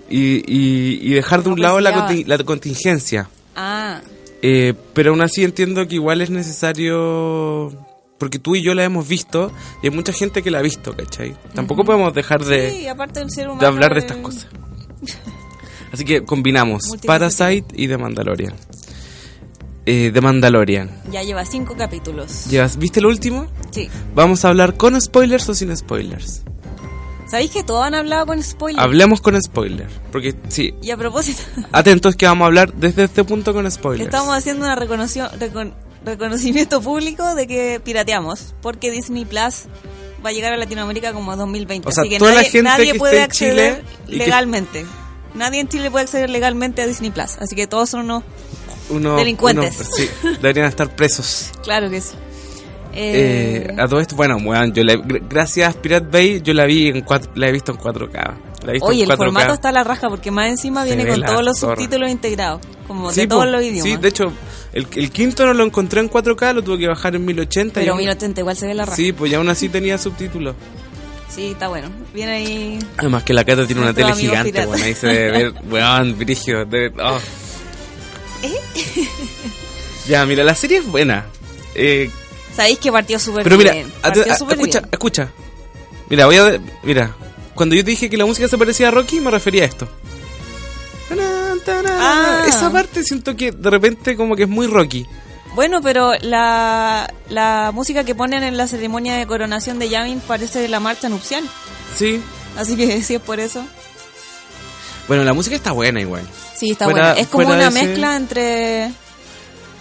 Speaker 3: y, y- y dejar de
Speaker 4: No,
Speaker 3: un lado
Speaker 4: pues
Speaker 3: la,
Speaker 4: ya.
Speaker 3: conti- la contingencia.
Speaker 4: Ah,
Speaker 3: Eh, pero aún así entiendo que igual es necesario, porque tú y yo la hemos visto y hay mucha gente que la ha visto, ¿cachai? Tampoco podemos dejar de,
Speaker 4: sí, aparte del ser humano.
Speaker 3: de hablar de
Speaker 4: es-
Speaker 3: estas
Speaker 4: (laughs)
Speaker 3: cosas. Así que combinamos
Speaker 4: Multifacético.
Speaker 3: Parasite y The Mandalorian. eh, de Mandalorian.
Speaker 4: Ya lleva cinco capítulos.
Speaker 3: ¿Llevas- ¿Viste el último?
Speaker 4: Sí.
Speaker 3: ¿Vamos a hablar con spoilers o sin spoilers?
Speaker 4: ¿Sabéis que todos han hablado con spoiler?
Speaker 3: Hablemos con spoilers. Porque sí,
Speaker 4: y a propósito,
Speaker 3: atentos que vamos a hablar desde este punto con spoilers.
Speaker 4: estamos haciendo un reconocimiento público de que pirateamos, porque Disney Plus va a llegar a Latinoamérica como 2020.
Speaker 3: O sea,
Speaker 4: así que
Speaker 3: toda la
Speaker 4: nadie,
Speaker 3: gente
Speaker 4: nadie
Speaker 3: que
Speaker 4: puede
Speaker 3: esté en Chile
Speaker 4: acceder
Speaker 3: y que-
Speaker 4: legalmente. Nadie en Chile puede acceder legalmente a Disney Plus, así que todos son unos...
Speaker 3: Uno-
Speaker 4: delincuentes.
Speaker 3: uno- sí, deberían estar presos.
Speaker 4: Claro que sí. (laughs) Eh,
Speaker 3: Eh, a todo esto, bueno, weón, yo la- gr- gracias Pirate Bay, yo la vi en cuat- la he visto en 4K. La he visto
Speaker 4: Oye,
Speaker 3: en 4K.
Speaker 4: el formato está a la raja porque más encima
Speaker 3: Se
Speaker 4: viene
Speaker 3: ve
Speaker 4: con
Speaker 3: la
Speaker 4: todos los
Speaker 3: zorra.
Speaker 4: subtítulos integrados, como
Speaker 3: Sí,
Speaker 4: de
Speaker 3: po,
Speaker 4: todos los idiomas.
Speaker 3: Sí, de hecho, el, el quinto no lo encontré en 4K, lo tuve que bajar en 1080. y
Speaker 4: Pero
Speaker 3: aún-
Speaker 4: 1080 igual se ve la raja. Sí,
Speaker 3: Sí, pues ya aún así tenía subtítulos.
Speaker 4: está bueno. Viene ahí.
Speaker 3: Además que la Cata tiene una
Speaker 4: Nuestro
Speaker 3: tele
Speaker 4: amigo
Speaker 3: gigante,
Speaker 4: pirata.
Speaker 3: weón, ahí se debe
Speaker 4: (laughs)
Speaker 3: ver, weón, brígido. debe- oh.
Speaker 4: ¿Eh?
Speaker 3: Ya, mira, la serie es buena. Eh,
Speaker 4: Sabéis que partió súper
Speaker 3: Pero
Speaker 4: bien.
Speaker 3: mira, a-
Speaker 4: partió
Speaker 3: a-
Speaker 4: súper
Speaker 3: escucha,
Speaker 4: bien.
Speaker 3: escucha. Mira, voy a. Mira, cuando yo te dije que la música se parecía a Rocky, me refería a esto. Tarán, tarán.
Speaker 4: Ah.
Speaker 3: Esa parte siento que de repente como que es muy Rocky.
Speaker 4: Bueno, pero la, la música que ponen en la ceremonia de coronación de Yamin parece la marcha nupcial.
Speaker 3: Sí.
Speaker 4: Así que (laughs) si es por eso.
Speaker 3: Bueno, la música está buena igual.
Speaker 4: Sí, está
Speaker 3: Fuera-
Speaker 4: bueno. Es como
Speaker 3: fuera
Speaker 4: una
Speaker 3: de ese-
Speaker 4: mezcla entre.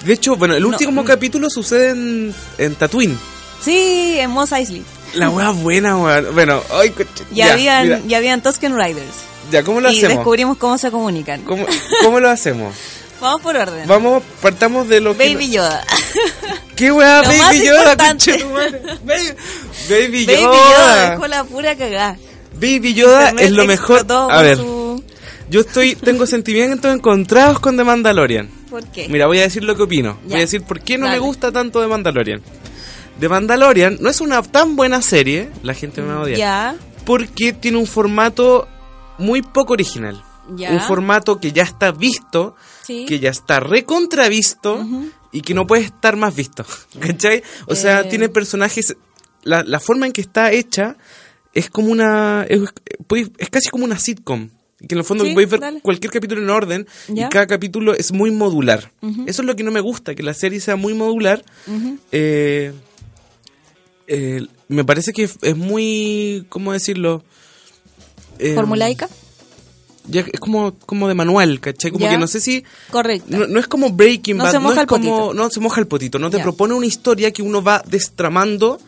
Speaker 3: De hecho, bueno, el
Speaker 4: No. mm.
Speaker 3: último capítulo sucede en, en Tatooine.
Speaker 4: Sí, en Moss Eisley.
Speaker 3: La wea buena, weón. Bueno, ay, coche-
Speaker 4: Y,
Speaker 3: ya,
Speaker 4: habían,
Speaker 3: mira,
Speaker 4: y habían Tusken Riders.
Speaker 3: ya, ¿cómo lo
Speaker 4: y
Speaker 3: hacemos?
Speaker 4: descubrimos cómo se comunican.
Speaker 3: ¿Cómo, cómo lo
Speaker 4: (laughs)
Speaker 3: hacemos?
Speaker 4: Vamos por orden.
Speaker 3: Vamos, partamos de lo que...
Speaker 4: Baby Yoda.
Speaker 3: ¿Qué weá,
Speaker 4: Lo más
Speaker 3: Baby Yoda,
Speaker 4: importante.
Speaker 3: conchetumare? Baby, Baby
Speaker 4: (laughs) Baby
Speaker 3: Yoda.
Speaker 4: Yoda dejó la pura cagada.
Speaker 3: Baby Yoda
Speaker 4: Internet
Speaker 3: es lo mejor.
Speaker 4: explotó
Speaker 3: A
Speaker 4: con
Speaker 3: ver,
Speaker 4: su-
Speaker 3: yo estoy, tengo sentimientos encontrados con The Mandalorian.
Speaker 4: ¿Por qué?
Speaker 3: Mira, voy a decir lo que opino.
Speaker 4: Ya.
Speaker 3: Voy a decir por qué no
Speaker 4: Dale.
Speaker 3: me gusta tanto The Mandalorian. The Mandalorian no es una tan buena serie, la gente me va a odiar,
Speaker 4: Ya.
Speaker 3: porque tiene un formato muy poco original.
Speaker 4: Ya.
Speaker 3: Un formato que ya está visto,
Speaker 4: Sí.
Speaker 3: que ya está recontravisto y que no puede estar más visto. (laughs) ¿Cachai? O sea,
Speaker 4: Eh.
Speaker 3: tiene personajes. La, la forma en que está hecha es como una. Es, puedes- es casi como una sitcom. Que en el fondo
Speaker 4: Sí,
Speaker 3: podéis ver
Speaker 4: dale.
Speaker 3: cualquier capítulo en orden
Speaker 4: Ya.
Speaker 3: y cada capítulo es muy modular. Eso es lo que no me gusta, que la serie sea muy modular. Eh, eh, me parece que es, es muy. ¿Cómo decirlo? Eh,
Speaker 4: ¿Formulaica?
Speaker 3: ya es como, como de manual, ¿cachai? Como
Speaker 4: Ya.
Speaker 3: que no sé si.
Speaker 4: Correcto.
Speaker 3: No, no es como Breaking
Speaker 4: No
Speaker 3: Bad,
Speaker 4: se moja
Speaker 3: no es
Speaker 4: el
Speaker 3: como.
Speaker 4: potito.
Speaker 3: No se moja el potito, no te
Speaker 4: Ya.
Speaker 3: propone una historia que uno va destramando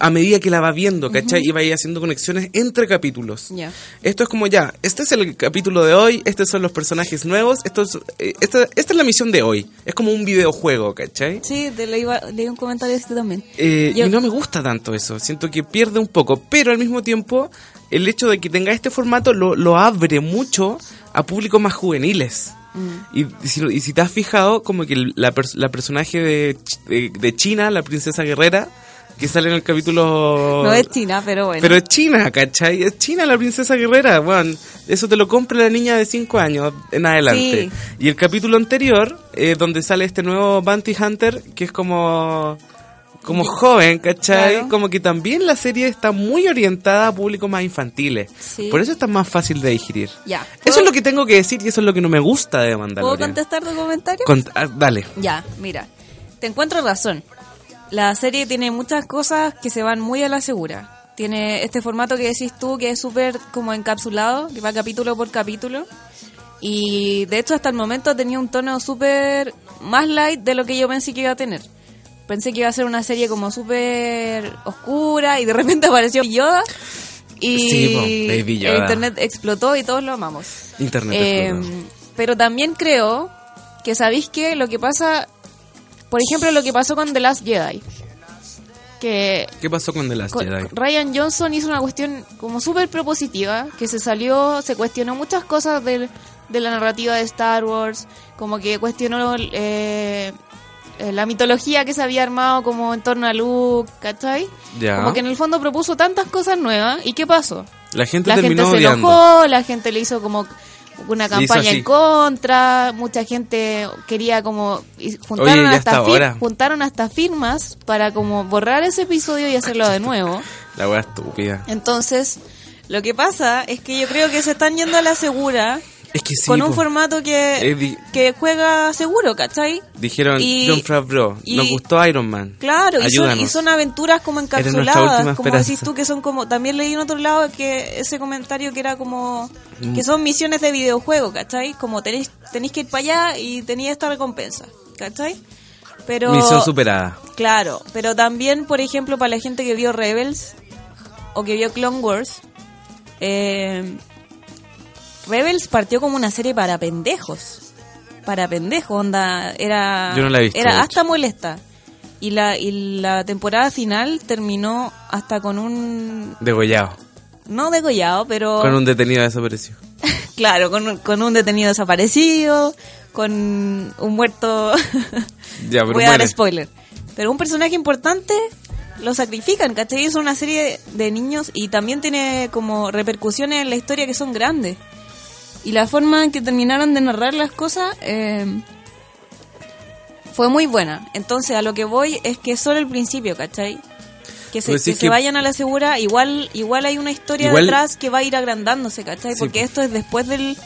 Speaker 3: a medida que la va viendo, ¿cachai? Y va ahí haciendo conexiones entre capítulos.
Speaker 4: Ya.
Speaker 3: Esto es como ya, este es el capítulo de hoy, estos son los personajes nuevos, estos, eh, esta, esta es la misión de hoy. Es como un videojuego, ¿cachai?
Speaker 4: Sí, te leí, va- leí un comentario de este también.
Speaker 3: Eh,
Speaker 4: Yo-
Speaker 3: Y no me gusta tanto eso, siento que pierde un poco, pero al mismo tiempo el hecho de que tenga este formato lo, lo abre mucho a públicos más juveniles.
Speaker 4: Mm.
Speaker 3: Y, si, y si te has fijado, como que el- la, pers- la personaje de, Ch- de, de China, la princesa guerrera, que sale en el capítulo...
Speaker 4: No es China, pero bueno.
Speaker 3: Pero es China, ¿cachai? Es China la princesa guerrera, weón. Eso te lo compra la niña de 5 años en adelante.
Speaker 4: Sí.
Speaker 3: Y el capítulo anterior, eh, donde sale este nuevo Bounty Hunter, que es como... Como joven, ¿cachai?
Speaker 4: Claro.
Speaker 3: Como que también la serie está muy orientada a públicos más infantiles.
Speaker 4: Sí.
Speaker 3: Por eso está más fácil de digerir.
Speaker 4: Ya.
Speaker 3: Eso
Speaker 4: ¿Puedo-
Speaker 3: es lo que tengo que decir y eso es lo que no me gusta de
Speaker 4: ¿Puedo
Speaker 3: Mandalorian.
Speaker 4: contestar tu comentario?
Speaker 3: Cont- ah, dale.
Speaker 4: Ya, mira. Te encuentro razón. La serie tiene muchas cosas que se van muy a la segura. Tiene este formato que decís tú que es súper como encapsulado, que va capítulo por capítulo. Y de hecho hasta el momento tenía un tono súper más light de lo que yo pensé que iba a tener. Pensé que iba a ser una serie como súper oscura y de repente (laughs) apareció Yoda y
Speaker 3: Sí, po, Baby Yoda.
Speaker 4: el internet explotó y todos lo amamos.
Speaker 3: Internet
Speaker 4: Eh,
Speaker 3: explotó.
Speaker 4: pero también creo que sabéis que lo que pasa, por ejemplo, lo que pasó con The Last Jedi, que
Speaker 3: ¿Qué pasó con The Last
Speaker 4: co-
Speaker 3: Jedi?
Speaker 4: Ryan Johnson hizo una cuestión como súper propositiva, que se salió, se cuestionó muchas cosas del- de la narrativa de Star Wars, como que cuestionó eh, eh, la mitología que se había armado como en torno a Luke, ¿cachai?
Speaker 3: Ya.
Speaker 4: Como que en el fondo propuso tantas cosas nuevas, ¿y qué pasó?
Speaker 3: La gente
Speaker 4: la gente
Speaker 3: terminó
Speaker 4: se
Speaker 3: odiando.
Speaker 4: enojó, la gente le hizo como una
Speaker 3: Le hizo
Speaker 4: campaña
Speaker 3: así.
Speaker 4: en contra, mucha gente quería como y
Speaker 3: Oye,
Speaker 4: juntaron
Speaker 3: ya
Speaker 4: hasta
Speaker 3: está
Speaker 4: fir-
Speaker 3: ahora.
Speaker 4: juntaron hasta firmas para como borrar ese episodio y hacerlo de nuevo.
Speaker 3: La wea estúpida.
Speaker 4: Entonces, lo que pasa es que yo creo que se están yendo a la segura
Speaker 3: Es que sí,
Speaker 4: con un
Speaker 3: po.
Speaker 4: formato
Speaker 3: Eh,
Speaker 4: que,
Speaker 3: di-
Speaker 4: que juega seguro, ¿cachai?
Speaker 3: Dijeron
Speaker 4: Y-
Speaker 3: John Favreau, nos
Speaker 4: y-
Speaker 3: gustó Iron Man.
Speaker 4: Claro, y son,
Speaker 3: Ayúdanos.
Speaker 4: y son aventuras como
Speaker 3: nuestra última
Speaker 4: encapsuladas, como
Speaker 3: esperanza.
Speaker 4: decís tú, que son como... También leí en otro lado que ese comentario que era como...
Speaker 3: Mm.
Speaker 4: Que son misiones de videojuego, ¿cachai? Como tenéis, tenéis que ir para allá y tenéis esta recompensa, ¿cachai? Pero...
Speaker 3: Misión superada.
Speaker 4: Claro, pero también, por ejemplo, para la gente que vio Rebels o que vio Clone Wars, eh, Rebels partió como una serie para pendejos. Para pendejos, onda, era,
Speaker 3: Yo no la he visto, de
Speaker 4: era
Speaker 3: hecho.
Speaker 4: hasta molesta. Y la, y la temporada final terminó hasta con un,
Speaker 3: Degollado.
Speaker 4: no degollado, pero
Speaker 3: Con un detenido desaparecido.
Speaker 4: (laughs) claro, con un, con un detenido desaparecido, con un muerto (laughs)
Speaker 3: Ya, pero
Speaker 4: Voy a dar
Speaker 3: muere.
Speaker 4: spoiler. Pero un personaje importante lo sacrifican, ¿cachai? Es una serie de niños y también tiene como repercusiones en la historia que son grandes. Y la forma en que terminaron de narrar las cosas eh, fue muy buena. Entonces, a lo que voy es que es solo el principio, ¿cachai? Que se,
Speaker 3: Pues sí
Speaker 4: que
Speaker 3: es
Speaker 4: se
Speaker 3: que-
Speaker 4: vayan a la segura, igual igual hay una historia
Speaker 3: Igual-
Speaker 4: detrás que va a ir agrandándose, ¿cachai?
Speaker 3: Sí,
Speaker 4: Porque
Speaker 3: pues.
Speaker 4: esto es después del,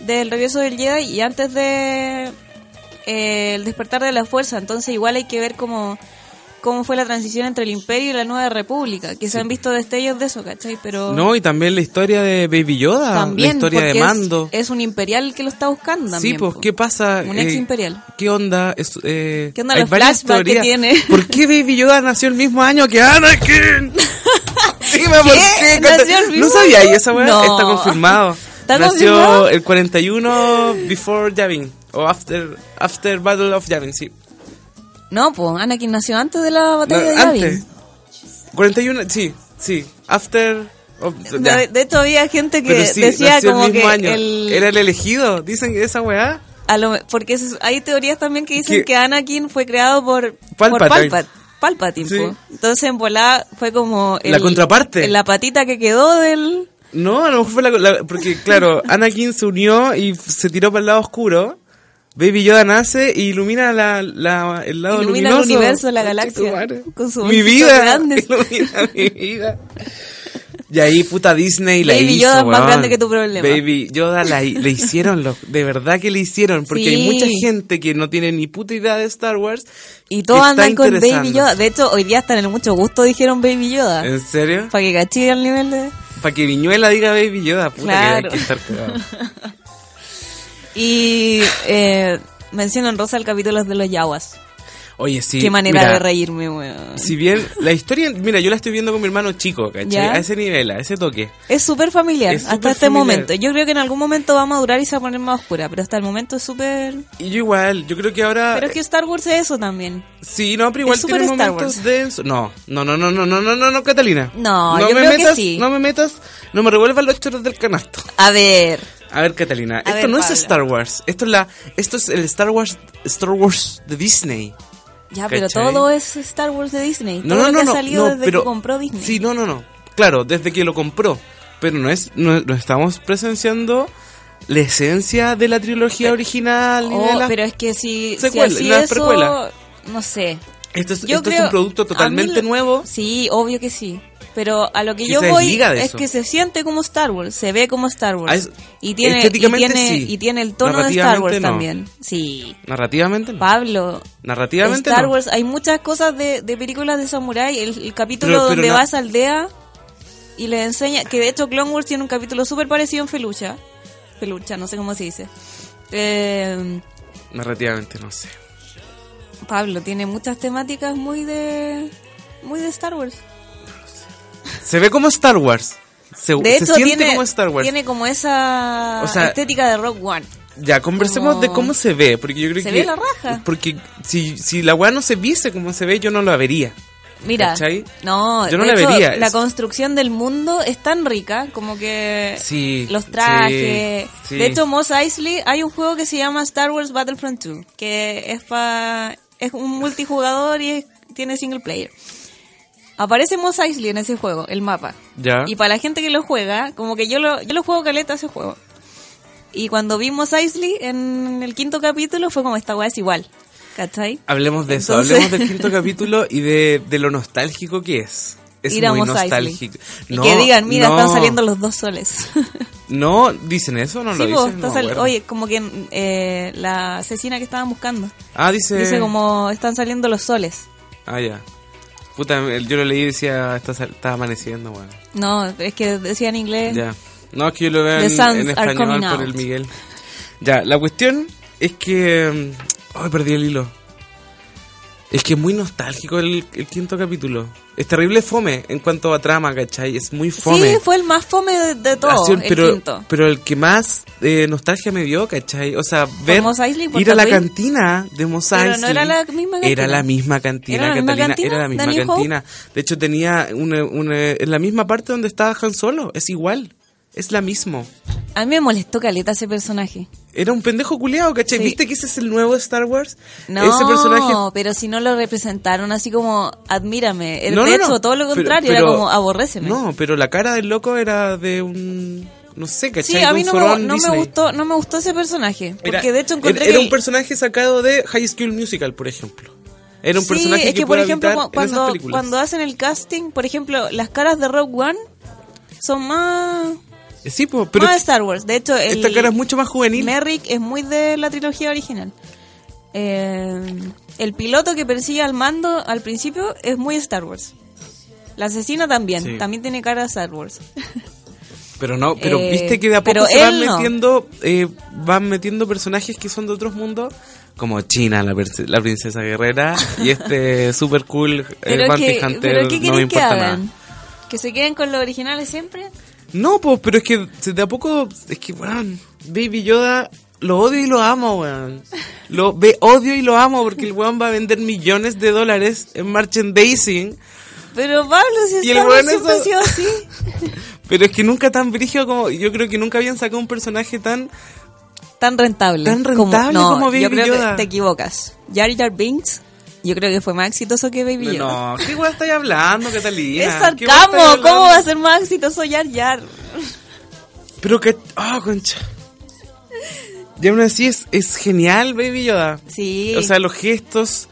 Speaker 4: del regreso del Jedi y antes de eh, el despertar de la fuerza. Entonces igual hay que ver cómo, cómo fue la transición entre el imperio y la nueva república, que se han visto destellos de eso, ¿cachai? Pero
Speaker 3: No, y también la historia de Baby Yoda. la historia de
Speaker 4: porque es-
Speaker 3: Mando.
Speaker 4: Es, un imperial que lo está buscando.
Speaker 3: sí,
Speaker 4: también,
Speaker 3: pues,
Speaker 4: po.
Speaker 3: ¿qué pasa?
Speaker 4: Un
Speaker 3: Eh,
Speaker 4: ex imperial.
Speaker 3: ¿Qué onda? Es, eh,
Speaker 4: ¿Qué onda
Speaker 3: hay
Speaker 4: los
Speaker 3: varias
Speaker 4: flashbacks que
Speaker 3: teorías.
Speaker 4: tiene?
Speaker 3: (laughs) ¿Por qué Baby Yoda nació el mismo año que
Speaker 4: (laughs)
Speaker 3: Anakin? Dime por qué.
Speaker 4: ¿Qué? ¿Nació el
Speaker 3: ¿No
Speaker 4: mismo
Speaker 3: sabía
Speaker 4: año?
Speaker 3: y esa weá?
Speaker 4: No.
Speaker 3: Está confirmado.
Speaker 4: ¿Está
Speaker 3: nació
Speaker 4: confirmado?
Speaker 3: el 41 before Yavin. O after, after Battle of Yavin, sí.
Speaker 4: No, pues Anakin nació antes de la
Speaker 3: No,
Speaker 4: batalla de Yavin.
Speaker 3: antes. 41, sí, sí. After. of- ya.
Speaker 4: De, de hecho había gente que
Speaker 3: Pero sí,
Speaker 4: decía
Speaker 3: nació
Speaker 4: como
Speaker 3: el mismo
Speaker 4: que
Speaker 3: año.
Speaker 4: el-
Speaker 3: Era el elegido, dicen que esa weá.
Speaker 4: a lo- porque es- hay teorías también que dicen
Speaker 3: Que-
Speaker 4: que, Anakin fue creado por
Speaker 3: Palpatine.
Speaker 4: por Palpat- Palpatine,
Speaker 3: Sí.
Speaker 4: po. Entonces en volá fue como
Speaker 3: La contraparte.
Speaker 4: la patita que quedó del
Speaker 3: No, a lo mejor fue la, la- Porque, claro, Anakin se unió y se tiró para el lado oscuro. Baby Yoda nace y ilumina la, la- el lado
Speaker 4: Ilumina el
Speaker 3: luminoso.
Speaker 4: universo, la
Speaker 3: Concha
Speaker 4: galaxia,
Speaker 3: tu madre.
Speaker 4: con sus
Speaker 3: Mi
Speaker 4: bolsitos
Speaker 3: vida.
Speaker 4: grandes.
Speaker 3: (laughs) Ilumina mi vida. Y ahí, puta Disney la
Speaker 4: Baby
Speaker 3: hizo,
Speaker 4: Yoda es más
Speaker 3: weón.
Speaker 4: grande que tu problema.
Speaker 3: Baby Yoda la, hi- le hicieron, los, de verdad que le hicieron. Porque hay
Speaker 4: Sí.
Speaker 3: mucha gente que no tiene ni puta idea de Star Wars.
Speaker 4: y
Speaker 3: que
Speaker 4: todos
Speaker 3: está
Speaker 4: andan con Baby
Speaker 3: interesándose.
Speaker 4: Yoda. De hecho, hoy día hasta en el mucho gusto dijeron Baby Yoda.
Speaker 3: ¿En serio?
Speaker 4: Para que cachille el nivel de...
Speaker 3: Para que Viñuela diga Baby Yoda, puta
Speaker 4: Claro.
Speaker 3: que hay que estar cuidado.
Speaker 4: Y eh, menciono en rosa el capítulo de los yaguas.
Speaker 3: Oye, sí.
Speaker 4: Qué manera
Speaker 3: mira,
Speaker 4: de reírme, weón.
Speaker 3: Si bien la historia, mira, yo la estoy viendo con mi hermano chico, ¿cachai?
Speaker 4: ¿Ya?
Speaker 3: A ese nivel, a ese toque.
Speaker 4: Es súper familiar
Speaker 3: Es
Speaker 4: hasta
Speaker 3: súper
Speaker 4: este
Speaker 3: familiar.
Speaker 4: momento. Yo creo que en algún momento va a madurar y se va a poner más oscura, pero hasta el momento es súper...
Speaker 3: Y yo igual, yo creo que ahora.
Speaker 4: Pero es que Star Wars es eso también.
Speaker 3: sí, no, pero igual
Speaker 4: es
Speaker 3: tiene
Speaker 4: súper Star
Speaker 3: momentos
Speaker 4: Wars.
Speaker 3: densos. No, no, no, no, no, no, no, no, no, Catalina.
Speaker 4: No, yo creo que sí.
Speaker 3: No me metas, no me revuelvas los choros del canasto.
Speaker 4: A ver,
Speaker 3: A ver, Catalina, esto
Speaker 4: ver,
Speaker 3: no es
Speaker 4: Pablo.
Speaker 3: Star Wars. Esto es la, esto es el Star Wars, Star Wars de Disney.
Speaker 4: ya, pero
Speaker 3: ¿Cachai?
Speaker 4: todo es Star Wars de Disney. todo lo que ha salido
Speaker 3: no,
Speaker 4: desde
Speaker 3: pero-
Speaker 4: que compró Disney.
Speaker 3: Sí, no, no, no. Claro, desde que lo compró. Pero no es, no, no estamos presenciando la esencia de la trilogía original. y
Speaker 4: Oh,
Speaker 3: de la-
Speaker 4: pero es que si, si
Speaker 3: secuela-
Speaker 4: así
Speaker 3: la
Speaker 4: eso,
Speaker 3: precuela.
Speaker 4: no sé.
Speaker 3: esto es,
Speaker 4: Yo
Speaker 3: esto es
Speaker 4: creo-
Speaker 3: un producto
Speaker 4: a mí
Speaker 3: totalmente
Speaker 4: lo-
Speaker 3: nuevo.
Speaker 4: Sí, obvio que sí. Pero a lo que
Speaker 3: Que
Speaker 4: yo
Speaker 3: se
Speaker 4: voy
Speaker 3: desliga de
Speaker 4: es
Speaker 3: eso.
Speaker 4: que se siente como Star Wars, se ve como Star Wars.
Speaker 3: Ah, es-
Speaker 4: y, tiene, y,
Speaker 3: estéticamente
Speaker 4: tiene,
Speaker 3: sí.
Speaker 4: y tiene el tono de Star
Speaker 3: Narrativamente
Speaker 4: Wars
Speaker 3: no.
Speaker 4: también. Sí.
Speaker 3: Narrativamente no.
Speaker 4: Pablo,
Speaker 3: Narrativamente
Speaker 4: Star
Speaker 3: no.
Speaker 4: Wars, hay muchas cosas de, de películas de samurái. El, el capítulo
Speaker 3: Pero- pero
Speaker 4: donde
Speaker 3: no-
Speaker 4: vas a aldea y le enseña. Que de hecho, Clone Wars tiene un capítulo súper parecido en Felucha. Felucha, no sé cómo se dice. Eh,
Speaker 3: Narrativamente no sé.
Speaker 4: Pablo tiene muchas temáticas muy de. Muy de Star Wars.
Speaker 3: Se ve como Star Wars. Se,
Speaker 4: De
Speaker 3: se
Speaker 4: hecho,
Speaker 3: siente
Speaker 4: tiene,
Speaker 3: como Star Wars.
Speaker 4: tiene como esa
Speaker 3: O sea,
Speaker 4: estética de Rock One.
Speaker 3: Ya, conversemos
Speaker 4: como-
Speaker 3: de cómo se ve. Porque yo creo
Speaker 4: Se
Speaker 3: que.
Speaker 4: ve la raja.
Speaker 3: Porque si, si la weá no se viese como se ve, yo no la vería.
Speaker 4: Mira,
Speaker 3: ¿Cachai?
Speaker 4: no,
Speaker 3: Yo no
Speaker 4: de
Speaker 3: la
Speaker 4: hecho,
Speaker 3: vería,
Speaker 4: la
Speaker 3: es-
Speaker 4: construcción del mundo es tan rica como que
Speaker 3: Sí,
Speaker 4: los trajes.
Speaker 3: sí, sí.
Speaker 4: De hecho, Moss Eisley, hay un juego que se llama Star Wars Battlefront 2, que es pa, es un multijugador y es- tiene single player. Aparece Moss Eisley en ese juego, el mapa.
Speaker 3: Ya.
Speaker 4: Y para la gente que lo juega, como que yo lo, yo lo juego caleta ese juego. Y cuando vimos Eisley en el quinto capítulo fue como esta weá es igual. ¿Cachai?
Speaker 3: Hablemos de eso,
Speaker 4: Entonces-
Speaker 3: hablemos del quinto capítulo y de, de lo nostálgico que es. Es
Speaker 4: Ir a
Speaker 3: muy
Speaker 4: Mos Eisley.
Speaker 3: nostálgico.
Speaker 4: y que digan, mira,
Speaker 3: no.
Speaker 4: están saliendo los dos soles. (laughs)
Speaker 3: No, dicen eso, no lo
Speaker 4: Sí, vos,
Speaker 3: dicen. no me acuerdo.
Speaker 4: oye, como que eh, la asesina que estaban buscando.
Speaker 3: ah, dice.
Speaker 4: Dice como están saliendo los soles.
Speaker 3: Ah, ya. Puta, yo lo leí y decía, está, sal- está amaneciendo, weón.
Speaker 4: No, es que decía en inglés.
Speaker 3: Ya. No, es que yo lo veo
Speaker 4: Eh. The
Speaker 3: en,
Speaker 4: suns
Speaker 3: en
Speaker 4: are
Speaker 3: español
Speaker 4: coming
Speaker 3: por
Speaker 4: out.
Speaker 3: el Miguel. Ya, la cuestión es que... mm, Ay, perdí el hilo. Es que es muy nostálgico el, el quinto capítulo. Es terrible fome en cuanto a trama, ¿cachai? Es muy fome.
Speaker 4: Sí, fue el más fome de, de todo,
Speaker 3: Así,
Speaker 4: el
Speaker 3: pero,
Speaker 4: quinto.
Speaker 3: pero el que más eh, nostalgia me dio, ¿cachai? O sea, ver
Speaker 4: Mos Eisley, por
Speaker 3: ir a la
Speaker 4: Tatooine.
Speaker 3: cantina de Mos
Speaker 4: Pero no
Speaker 3: Eisley.
Speaker 4: era la misma cantina.
Speaker 3: Era la misma cantina,
Speaker 4: ¿Era la misma
Speaker 3: Catalina,
Speaker 4: cantina,
Speaker 3: era la misma
Speaker 4: Daniel Hope?
Speaker 3: cantina. De hecho, tenía una, una- en la misma parte donde estaba Han Solo. Es igual. Es la misma.
Speaker 4: A mí me molestó caleta ese personaje.
Speaker 3: Era un pendejo culeado, ¿cachai?
Speaker 4: Sí.
Speaker 3: ¿Viste que ese es el nuevo Star Wars?
Speaker 4: No,
Speaker 3: Ese personaje...
Speaker 4: pero si no lo representaron así como, admírame. El-
Speaker 3: No,
Speaker 4: de
Speaker 3: no,
Speaker 4: hecho,
Speaker 3: no.
Speaker 4: todo lo
Speaker 3: Pero-
Speaker 4: contrario,
Speaker 3: pero-
Speaker 4: era como, aborréceme.
Speaker 3: No, pero la cara del loco era de un... No sé, ¿cachai?
Speaker 4: sí, a
Speaker 3: De
Speaker 4: mí
Speaker 3: un
Speaker 4: no me,
Speaker 3: forón
Speaker 4: no, me
Speaker 3: Disney.
Speaker 4: gustó, no me gustó ese personaje. Porque
Speaker 3: Era-
Speaker 4: de hecho encontré
Speaker 3: era,
Speaker 4: que
Speaker 3: era un
Speaker 4: el-
Speaker 3: personaje sacado de High School Musical, por ejemplo. Era un
Speaker 4: Sí,
Speaker 3: personaje
Speaker 4: es que, por
Speaker 3: puede
Speaker 4: ejemplo,
Speaker 3: habitar
Speaker 4: cu-
Speaker 3: en esas
Speaker 4: cuando,
Speaker 3: películas.
Speaker 4: cuando hacen el casting, por ejemplo, las caras de Rogue One son más,
Speaker 3: Eh, Sí, po, pero
Speaker 4: más Star Wars. De hecho, el,
Speaker 3: esta cara es mucho más juvenil.
Speaker 4: Merrick es muy de la trilogía original. Eh, el piloto que persigue al mando al principio es muy Star Wars. La asesina también,
Speaker 3: Sí. Eh,
Speaker 4: también tiene cara de Star Wars.
Speaker 3: Pero no, pero
Speaker 4: Eh,
Speaker 3: viste que de a poco
Speaker 4: pero
Speaker 3: se van
Speaker 4: él no.
Speaker 3: metiendo eh, van metiendo personajes que son de otros mundos, como China, la, perse- la princesa guerrera y este (laughs) super cool eh,
Speaker 4: (laughs) pero,
Speaker 3: Bounty
Speaker 4: que,
Speaker 3: Hunter,
Speaker 4: pero ¿qué
Speaker 3: no me
Speaker 4: queréis que
Speaker 3: importa
Speaker 4: hagan?
Speaker 3: nada.
Speaker 4: ¿Que se queden con los originales siempre?
Speaker 3: No, pues, pero es que se- de a poco es que weón, Baby Yoda lo odio y lo amo, weón. Lo ve odio y lo amo porque el weón va a vender millones de dólares en merchandising.
Speaker 4: Pero Pablo, si
Speaker 3: Y el
Speaker 4: Star Wars
Speaker 3: bueno
Speaker 4: siempre
Speaker 3: eso-
Speaker 4: ha sido así.
Speaker 3: Pero es que nunca tan brígido como. Yo creo que nunca habían sacado un personaje tan.
Speaker 4: Tan rentable.
Speaker 3: Tan rentable
Speaker 4: no,
Speaker 3: como Baby
Speaker 4: yo creo
Speaker 3: Yoda.
Speaker 4: que te equivocas. Jar Jar Binks, yo creo que fue más exitoso que Baby
Speaker 3: No,
Speaker 4: Yoda.
Speaker 3: ¿qué weón estáis hablando, Catalina?
Speaker 4: Es
Speaker 3: ¿Qué weón estáis
Speaker 4: sarcasmo,
Speaker 3: hablando?
Speaker 4: ¿cómo va a ser más exitoso Jar Jar?
Speaker 3: Pero que. ¡Ah, concha! Ya aún así es, es genial, Baby Yoda.
Speaker 4: Sí.
Speaker 3: O sea, los gestos.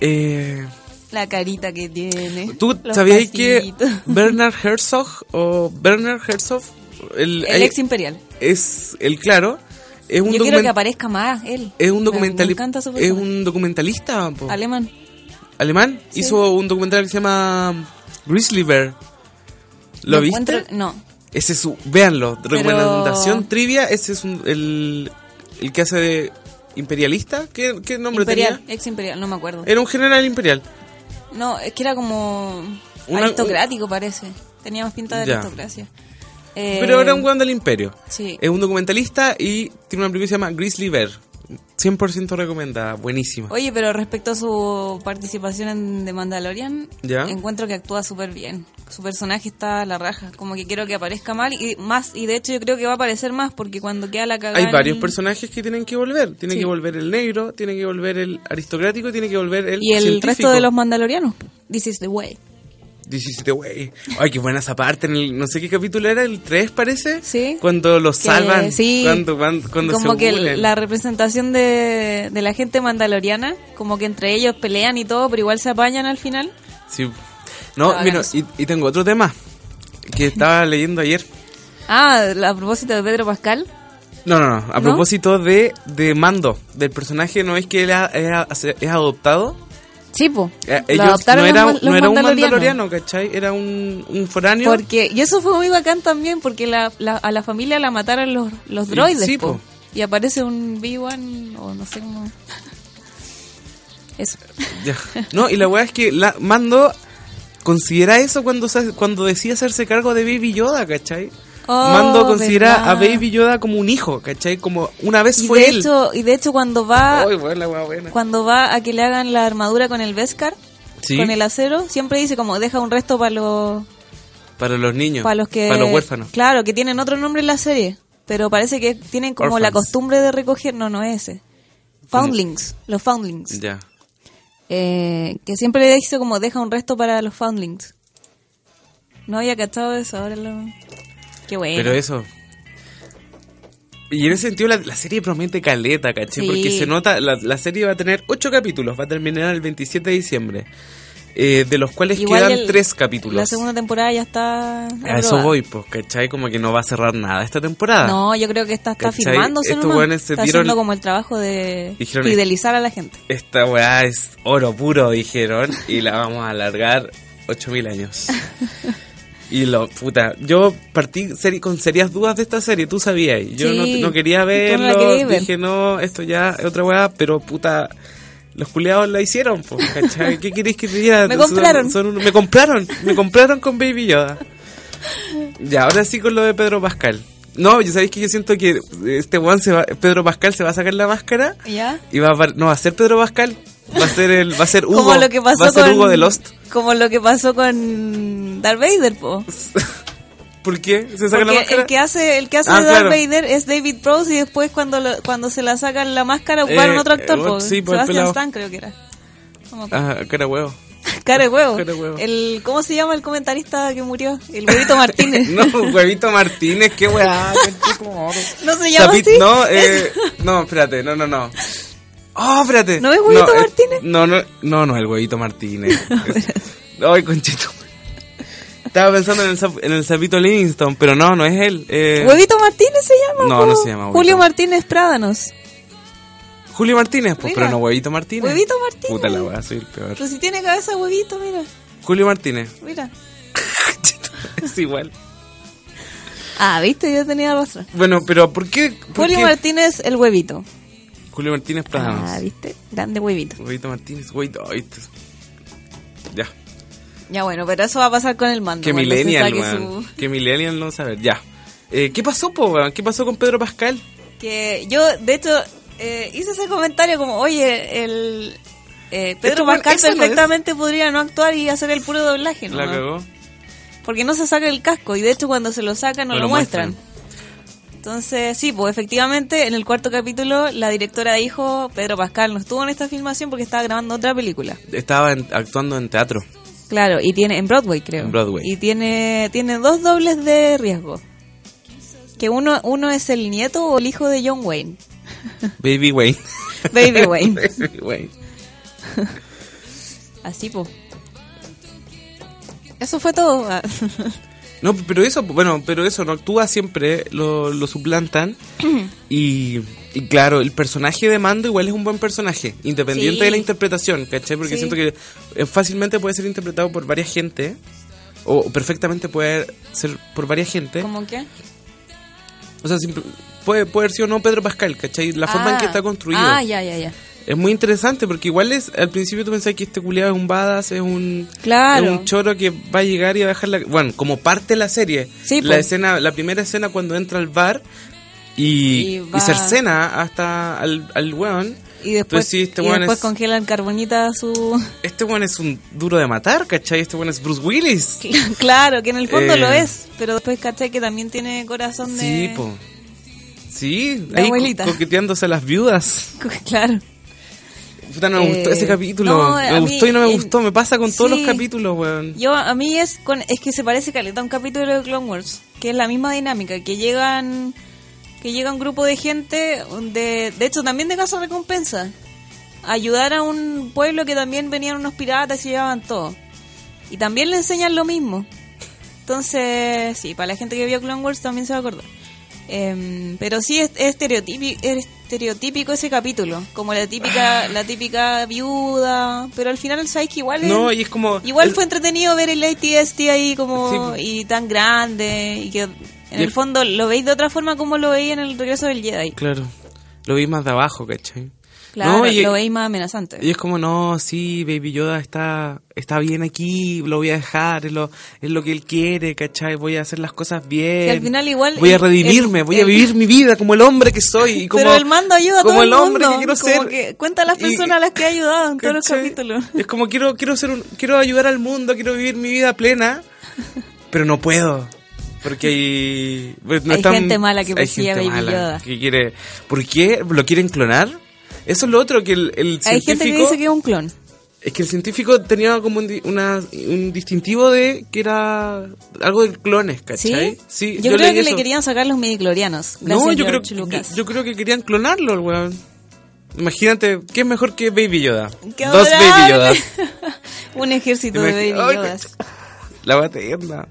Speaker 3: Eh.
Speaker 4: La carita que tiene.
Speaker 3: ¿Tú
Speaker 4: los
Speaker 3: sabías que
Speaker 4: (laughs)
Speaker 3: (laughs)
Speaker 4: pasitos.
Speaker 3: Bernard Herzog o Bernard Herzog el,
Speaker 4: El ex imperial.
Speaker 3: es el claro es un
Speaker 4: Yo quiero que
Speaker 3: documental
Speaker 4: aparezca más él.
Speaker 3: es un
Speaker 4: Me- Me encanta
Speaker 3: documentalista
Speaker 4: su
Speaker 3: es
Speaker 4: personaje.
Speaker 3: un documentalista po.
Speaker 4: alemán.
Speaker 3: alemán hizo un documental que se llama Grizzly Bear ¿Lo, viste?
Speaker 4: encuentro- No.
Speaker 3: Ese es su véanlo,
Speaker 4: Pero-
Speaker 3: recomendación trivia, ese es un- el, el que hace de imperialista, ¿qué, qué nombre
Speaker 4: Imperial,
Speaker 3: tenía? Eh.
Speaker 4: ex imperial, no me acuerdo.
Speaker 3: Era un general imperial.
Speaker 4: No, es que era como
Speaker 3: Una-
Speaker 4: aristocrático parece. Tenía más pinta de
Speaker 3: Ya.
Speaker 4: aristocracia. Eh,
Speaker 3: Pero era un weón del imperio.
Speaker 4: Sí.
Speaker 3: Es un documentalista y tiene una película que se llama Grizzly Bear. 100% recomendada, buenísima.
Speaker 4: Oye, pero respecto a su participación en The Mandalorian,
Speaker 3: Ya.
Speaker 4: encuentro que actúa súper bien. Su personaje está a la raja. Como que quiero que aparezca mal y más. Y de hecho, yo creo que va a aparecer más porque cuando queda la cagada.
Speaker 3: Hay
Speaker 4: en-
Speaker 3: varios personajes que tienen que volver. Tiene
Speaker 4: Sí.
Speaker 3: que volver el negro, tiene que volver el aristocrático, tiene que volver el
Speaker 4: Y el
Speaker 3: científico.
Speaker 4: resto de los mandalorianos. This is the way.
Speaker 3: 17 güey. Ay, qué buena esa parte. En el, no sé qué capítulo era, el 3 parece.
Speaker 4: Sí.
Speaker 3: Cuando los
Speaker 4: Que-
Speaker 3: salvan.
Speaker 4: sí.
Speaker 3: Cuando, van- cuando
Speaker 4: como
Speaker 3: se
Speaker 4: que
Speaker 3: unen.
Speaker 4: la representación de, de la gente mandaloriana, como que entre ellos pelean y todo, pero igual se apañan al final.
Speaker 3: Sí. No,
Speaker 4: Hagan
Speaker 3: mira,
Speaker 4: eso.
Speaker 3: y, y tengo otro tema que estaba leyendo ayer.
Speaker 4: Ah, a propósito de Pedro Pascal.
Speaker 3: No, no, no. A
Speaker 4: ¿No?
Speaker 3: propósito de, de Mando, del personaje, no es que él ha- era- es adoptado.
Speaker 4: Sí, po.
Speaker 3: Eh,
Speaker 4: Lo
Speaker 3: ellos-
Speaker 4: adoptaron
Speaker 3: no era, un-
Speaker 4: los ma-
Speaker 3: no
Speaker 4: los
Speaker 3: era un
Speaker 4: mandalorianos.
Speaker 3: mandaloriano, ¿cachai? Era un, un foráneo.
Speaker 4: Porque, y eso fue muy bacán también, porque la, la- a la familia la mataron los, los
Speaker 3: Sí,
Speaker 4: droides.
Speaker 3: sí,
Speaker 4: po.
Speaker 3: po.
Speaker 4: Y aparece un B1 o no sé cómo. Eso.
Speaker 3: Ya. No, y la weá es que la, Mando considera eso cuando, se hace- cuando decide hacerse cargo de Baby Yoda, ¿cachai?
Speaker 4: Oh,
Speaker 3: Mando considera a
Speaker 4: verdad.
Speaker 3: Baby Yoda como un hijo, ¿cachai? Como una vez
Speaker 4: Y
Speaker 3: fue
Speaker 4: de,
Speaker 3: él.
Speaker 4: hecho, y de hecho, cuando va
Speaker 3: Ay, weá, la weá buena.
Speaker 4: cuando va a que le hagan la armadura con el Beskar,
Speaker 3: Sí.
Speaker 4: con el acero, siempre dice como deja un resto para los
Speaker 3: Para los niños.
Speaker 4: para los que
Speaker 3: Para los huérfanos.
Speaker 4: Claro, que tienen otro nombre en la serie, pero parece que tienen como la
Speaker 3: Orphans.
Speaker 4: costumbre de recoger, no, no es ese. Foundlings, los Foundlings.
Speaker 3: Ya.
Speaker 4: Eh, que siempre le dice como deja un resto para los Foundlings. No había cachado eso, ahora lo Qué bueno.
Speaker 3: Pero eso. Y en ese sentido la, la serie promete caleta, ¿cachai?
Speaker 4: Sí.
Speaker 3: Porque se nota, la, la serie va a tener ocho capítulos, va a terminar el 27 de diciembre. eh, de los cuales
Speaker 4: Igual
Speaker 3: quedan
Speaker 4: el-
Speaker 3: tres capítulos.
Speaker 4: La segunda temporada ya está.
Speaker 3: A
Speaker 4: aprobada.
Speaker 3: eso voy, pues, ¿cachai? Como que no va a cerrar nada esta temporada.
Speaker 4: No, yo creo que esta está
Speaker 3: ¿Cachai?
Speaker 4: firmándose
Speaker 3: Estos
Speaker 4: nomás.
Speaker 3: buenos se
Speaker 4: Está
Speaker 3: dieron-
Speaker 4: haciendo como el trabajo de
Speaker 3: Dijeron-
Speaker 4: fidelizar a la gente.
Speaker 3: Esta weá es oro puro, dijeron, y la vamos a alargar 8000
Speaker 4: (laughs)
Speaker 3: años. Y lo, puta, yo partí seri- con serias dudas de esta serie, tú sabías. Yo no-
Speaker 4: Sí,
Speaker 3: no, quería
Speaker 4: tú no la
Speaker 3: verlo,
Speaker 4: querías ver.
Speaker 3: dije, no, esto ya es otra weá, pero puta, los culiados la hicieron, pues, ¿cachai? ¿Qué queréis que te diga?
Speaker 4: (laughs) Me
Speaker 3: Son-
Speaker 4: compraron.
Speaker 3: son unos- me compraron, me compraron con Baby Yoda. Ya, ahora sí con lo de Pedro Pascal. No, yo sabéis que yo siento que este weón se va, Pedro Pascal se va a sacar la máscara.
Speaker 4: ¿Ya?
Speaker 3: Y va a, par- no va a ser Pedro Pascal, va a ser el, va a
Speaker 4: (laughs)
Speaker 3: ser Hugo,
Speaker 4: como lo que pasó
Speaker 3: va a ser
Speaker 4: con.
Speaker 3: Hugo de Lost.
Speaker 4: Como lo que pasó con Darth Vader, po.
Speaker 3: ¿Por qué? Se saca la
Speaker 4: Porque
Speaker 3: máscara.
Speaker 4: el que hace, el que hace
Speaker 3: Ah,
Speaker 4: de Darth
Speaker 3: claro.
Speaker 4: Vader es David Prowse y después cuando, lo- cuando se la sacan la máscara ocuparon
Speaker 3: Eh,
Speaker 4: otro actor,
Speaker 3: eh,
Speaker 4: po.
Speaker 3: sí, po, el
Speaker 4: Sebastian
Speaker 3: pelado.
Speaker 4: Stan creo que era. No me acuerdo.
Speaker 3: Ah, cara huevo.
Speaker 4: Cara de huevo.
Speaker 3: Cara de huevo.
Speaker 4: El, ¿Cómo se llama el comentarista que murió? El huevito
Speaker 3: (laughs)
Speaker 4: Martínez.
Speaker 3: No, huevito Martínez, qué weá.
Speaker 4: ¿No se llama
Speaker 3: Sapit-
Speaker 4: así?
Speaker 3: No,
Speaker 4: Es-
Speaker 3: eh, no, espérate, no, no, no. Oh, espérate.
Speaker 4: ¿No es huevito
Speaker 3: eh,
Speaker 4: Martínez?
Speaker 3: no, no, no, no, el huevito
Speaker 4: (laughs)
Speaker 3: Martínez. Es- Ay, conchito. Estaba pensando en el, sap- en el sapito Livingston, pero no, no es él. Eh,
Speaker 4: ¿Huevito Martínez se llama?
Speaker 3: No,
Speaker 4: po?
Speaker 3: no se llama huevito.
Speaker 4: Julio Martínez Prádanos.
Speaker 3: Julio Martínez, pues,
Speaker 4: Mira.
Speaker 3: pero no, huevito Martínez.
Speaker 4: Huevito Martínez. Pues-
Speaker 3: Puta la weá, soy el peor.
Speaker 4: Pero si tiene cabeza de huevito, mira,
Speaker 3: Julio Martínez.
Speaker 4: mira.
Speaker 3: (laughs) es igual.
Speaker 4: Ah, viste, yo tenía razón.
Speaker 3: Bueno, pero ¿por qué? por
Speaker 4: Julio
Speaker 3: qué?
Speaker 4: Martínez, el huevito.
Speaker 3: Julio Martínez
Speaker 4: Ah,
Speaker 3: Pradanos.
Speaker 4: viste, grande huevito.
Speaker 3: Huevito Martínez, huevito. ay, te- Ya.
Speaker 4: Ya bueno, pero eso va a pasar con el mando.
Speaker 3: Que
Speaker 4: cuando se
Speaker 3: millennial,
Speaker 4: saque
Speaker 3: weón.
Speaker 4: su-
Speaker 3: Que millennial no saber. Ya. Eh, ¿Qué pasó, po, weón? ¿Qué pasó con Pedro Pascal?
Speaker 4: Que yo, de hecho, eh, hice ese comentario como, oye, el eh, Pedro
Speaker 3: Esto, bueno,
Speaker 4: Pascal
Speaker 3: eso no es.
Speaker 4: perfectamente podría no actuar y hacer el puro doblaje, ¿no?
Speaker 3: La cagó.
Speaker 4: Porque no se saca el casco y de hecho cuando se lo saca no, lo, muestran. Entonces, sí, pues efectivamente en el cuarto capítulo la directora dijo, Pedro Pascal no estuvo en esta filmación porque estaba grabando otra película.
Speaker 3: Estaba en- actuando en
Speaker 4: (laughs)
Speaker 3: teatro.
Speaker 4: Claro, y tiene en Broadway, creo.
Speaker 3: En Broadway.
Speaker 4: Y tiene tiene dos dobles de riesgo. Que uno uno es el nieto o el hijo de John
Speaker 3: (laughs)
Speaker 4: Wayne,
Speaker 3: Baby Wayne. (laughs)
Speaker 4: Baby Wayne.
Speaker 3: Baby Wayne.
Speaker 4: Así pues. Eso fue todo. Ah,
Speaker 3: No, pero eso, bueno, pero eso no actúa siempre, lo, lo
Speaker 4: (clears throat)
Speaker 3: suplantan. y, y claro, el personaje de Mando igual es un buen personaje, independiente
Speaker 4: Sí.
Speaker 3: de la interpretación, ¿cachai? Porque
Speaker 4: Sí.
Speaker 3: siento que eh, fácilmente puede ser interpretado por varias gente, o perfectamente puede ser por varias gente.
Speaker 4: ¿Cómo que?
Speaker 3: O sea, simple- puede, puede haber sido no Pedro Pascal, ¿cachai? La forma en que
Speaker 4: Ah.
Speaker 3: está construido.
Speaker 4: Ah, ya, ya, ya.
Speaker 3: Es muy interesante porque igual es al principio tú pensás que este culiado es un badass, es un
Speaker 4: Claro.
Speaker 3: es un choro que va a llegar y va a dejar la bueno, como parte de la serie.
Speaker 4: Sí,
Speaker 3: la
Speaker 4: pues.
Speaker 3: escena, la primera escena cuando entra al bar y,
Speaker 4: Y
Speaker 3: y,
Speaker 4: va-
Speaker 3: cercena hasta al, al weón.
Speaker 4: Y después,
Speaker 3: Entonces, sí, este
Speaker 4: y
Speaker 3: weón
Speaker 4: después
Speaker 3: es-
Speaker 4: congelan carbonita su... (laughs)
Speaker 3: Este weón es un duro de matar, ¿cachai? Este weón es Bruce Willis.
Speaker 4: claro, que en el fondo
Speaker 3: Eh.
Speaker 4: lo es, pero después caché que también tiene corazón de...
Speaker 3: Sí, po. Sí,
Speaker 4: de
Speaker 3: ahí
Speaker 4: abuelita.
Speaker 3: co- coqueteándose a las viudas.
Speaker 4: (laughs) Claro.
Speaker 3: Puta, no me
Speaker 4: Eh,
Speaker 3: gustó ese capítulo.
Speaker 4: no, a
Speaker 3: me
Speaker 4: mí,
Speaker 3: gustó y no me
Speaker 4: en-
Speaker 3: gustó. Me pasa con todos
Speaker 4: Sí.
Speaker 3: los capítulos, weón.
Speaker 4: Yo, a mí es con, es que se parece caleta a un capítulo de Clone Wars, que es la misma dinámica, que llegan que llega un grupo de gente de de hecho también de casa recompensa a ayudar a un pueblo que también venían unos piratas y llevaban todo. Y también le enseñan lo mismo. Entonces, sí, para la gente que vio Clone Wars también se va a acordar. Em, pero sí es, es estereotipi- es estereotípico ese capítulo, como la típica la típica viuda, pero al final sabes que igual es-
Speaker 3: No, y es como.
Speaker 4: Igual
Speaker 3: el-
Speaker 4: fue entretenido ver el ATST ahí como
Speaker 3: Sí.
Speaker 4: y tan grande y que en
Speaker 3: Y-
Speaker 4: el fondo lo veis de otra forma como lo veis en el regreso del Jedi.
Speaker 3: Claro. Lo vi más de abajo, ¿cachai?
Speaker 4: Claro,
Speaker 3: No, y,
Speaker 4: lo veis más amenazante.
Speaker 3: y es como, no, sí, Baby Yoda está, está bien aquí, lo voy a dejar, es lo, es lo que él quiere, ¿cachai? Voy a hacer las cosas bien.
Speaker 4: Que al final igual
Speaker 3: Voy a
Speaker 4: el-
Speaker 3: redimirme,
Speaker 4: el-
Speaker 3: voy a
Speaker 4: el-
Speaker 3: vivir mi vida como el hombre que
Speaker 4: (laughs)
Speaker 3: soy. Y como,
Speaker 4: Pero el mando ayuda a
Speaker 3: como
Speaker 4: todo
Speaker 3: el
Speaker 4: el
Speaker 3: hombre
Speaker 4: mundo,
Speaker 3: que quiero
Speaker 4: como
Speaker 3: ser.
Speaker 4: que cuenta a las
Speaker 3: Y-
Speaker 4: personas a las que ha ayudado en todos los
Speaker 3: ¿Cachai? (laughs)
Speaker 4: capítulos. (laughs)
Speaker 3: Es como quiero quiero ser un- quiero ayudar al mundo, quiero vivir mi vida plena, pero no puedo. Porque hay, pues, no
Speaker 4: Hay
Speaker 3: están-
Speaker 4: gente mala que
Speaker 3: hay
Speaker 4: persigue a
Speaker 3: gente
Speaker 4: Baby
Speaker 3: mala
Speaker 4: Yoda.
Speaker 3: que quiere, ¿Por qué lo quieren clonar? Eso es lo otro que el, el
Speaker 4: Hay
Speaker 3: científico
Speaker 4: gente que dice que es un clon.
Speaker 3: es que el científico tenía como un, di- una- un distintivo de que era algo de clones, ¿cachai?
Speaker 4: ¿Sí? yo, creo
Speaker 3: leí
Speaker 4: que le
Speaker 3: eso.
Speaker 4: querían sacar los midiclorianos. Gracias
Speaker 3: No, yo creo,
Speaker 4: George
Speaker 3: yo,
Speaker 4: Lucas.
Speaker 3: yo creo que querían clonarlo, el weón. Imagínate, ¿qué es mejor que Baby Yoda?
Speaker 4: ¡Qué
Speaker 3: Dos Baby
Speaker 4: (laughs) adorable!
Speaker 3: Yodas.
Speaker 4: Un ejército de
Speaker 3: Imagina-
Speaker 4: baby
Speaker 3: Ay,
Speaker 4: yodas.
Speaker 3: La
Speaker 4: (laughs)
Speaker 3: baterna.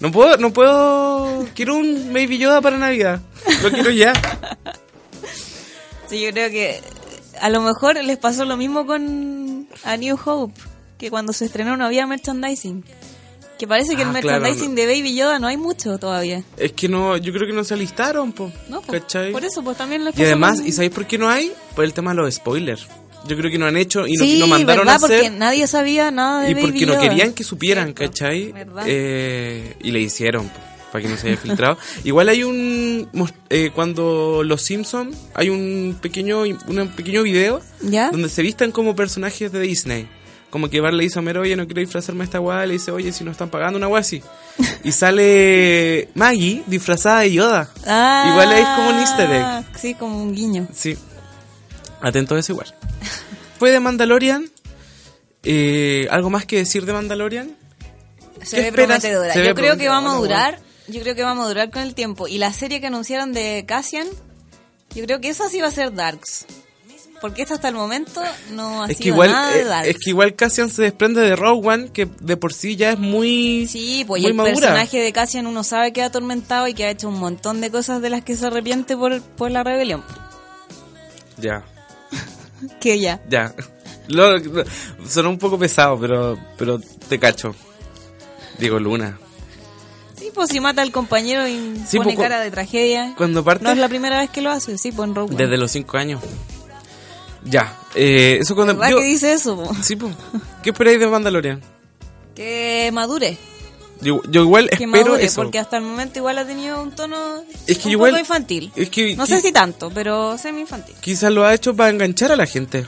Speaker 3: No puedo, no puedo. Quiero un Baby Yoda para Navidad. Lo quiero ya.
Speaker 4: Sí, yo creo que a lo mejor les pasó lo mismo con A New Hope, que cuando se estrenó no había merchandising. Que parece que
Speaker 3: Ah,
Speaker 4: el
Speaker 3: claro,
Speaker 4: merchandising
Speaker 3: no.
Speaker 4: de Baby Yoda no hay mucho todavía.
Speaker 3: Es que no, yo creo que no se alistaron, po.
Speaker 4: No, pues,
Speaker 3: ¿Cachai?
Speaker 4: por eso, pues también les
Speaker 3: Y
Speaker 4: pasó
Speaker 3: además,
Speaker 4: con-
Speaker 3: ¿y sabéis por qué no hay? Por el tema de los spoilers. Yo creo que no han hecho y no,
Speaker 4: sí,
Speaker 3: y no mandaron
Speaker 4: ¿verdad?
Speaker 3: a hacer.
Speaker 4: porque nadie sabía nada de
Speaker 3: y
Speaker 4: Baby
Speaker 3: porque no
Speaker 4: Yoda.
Speaker 3: querían que supieran,
Speaker 4: Cierto,
Speaker 3: ¿cachai?
Speaker 4: ¿verdad?
Speaker 3: Eh, y le hicieron, po, para que no se haya
Speaker 4: (laughs)
Speaker 3: filtrado. Igual hay un... mos- eh, cuando los Simpsons, hay un pequeño, un pequeño video
Speaker 4: ¿Ya?
Speaker 3: donde se vistan como personajes de Disney. Como que Bart le dice a Homero, oye, no quiero disfrazarme a esta guay. Le dice, oye, si nos están pagando una guay
Speaker 4: (laughs)
Speaker 3: así. Y sale Maggie disfrazada de Yoda.
Speaker 4: Ah,
Speaker 3: Igual es como un easter egg.
Speaker 4: Sí, como un guiño.
Speaker 3: Sí. Atento a eso igual. Fue de Mandalorian. Eh, ¿Algo más que decir de Mandalorian?
Speaker 4: Se
Speaker 3: ¿Qué
Speaker 4: ve
Speaker 3: esperas?
Speaker 4: prometedora.
Speaker 3: Se
Speaker 4: yo
Speaker 3: ve
Speaker 4: creo que
Speaker 3: prometedora,
Speaker 4: vamos a
Speaker 3: bueno.
Speaker 4: durar. Yo creo que vamos a durar con el tiempo. Y la serie que anunciaron de Cassian, yo creo que esa sí va a ser Darks. Porque esta hasta el momento no ha
Speaker 3: Es
Speaker 4: sido
Speaker 3: que, igual,
Speaker 4: nada de
Speaker 3: eh,
Speaker 4: Darks.
Speaker 3: es que igual Cassian se desprende de Rogue One, que de por sí ya es muy,
Speaker 4: Sí, pues y
Speaker 3: muy
Speaker 4: el
Speaker 3: madura.
Speaker 4: personaje de Cassian uno sabe que ha atormentado y que ha hecho un montón de cosas de las que se arrepiente por, por la rebelión.
Speaker 3: Ya,
Speaker 4: Que ya.
Speaker 3: ya. (laughs) Lo- lo- sonó un poco pesado, pero, pero te cacho. Digo, Luna.
Speaker 4: Sí, pues si mata al compañero y
Speaker 3: Sí,
Speaker 4: pone
Speaker 3: pues, cu-
Speaker 4: cara de tragedia.
Speaker 3: Cuando parte...
Speaker 4: No es la primera vez que lo hace, sí, pues en Rogue One.
Speaker 3: Desde los cinco años. Ya. Eh, eso cuando...
Speaker 4: ¿Verdad
Speaker 3: yo-
Speaker 4: que dice eso? po?
Speaker 3: Sí, po. ¿Qué esperáis de Mandalorian?
Speaker 4: Que madure.
Speaker 3: Yo, yo igual
Speaker 4: que
Speaker 3: espero
Speaker 4: madure,
Speaker 3: eso.
Speaker 4: porque hasta el momento igual ha tenido un tono
Speaker 3: Es que
Speaker 4: un
Speaker 3: igual-
Speaker 4: poco infantil.
Speaker 3: es que-
Speaker 4: no
Speaker 3: que-
Speaker 4: sé si tanto, pero semi infantil.
Speaker 3: Quizás lo ha hecho para enganchar a la gente.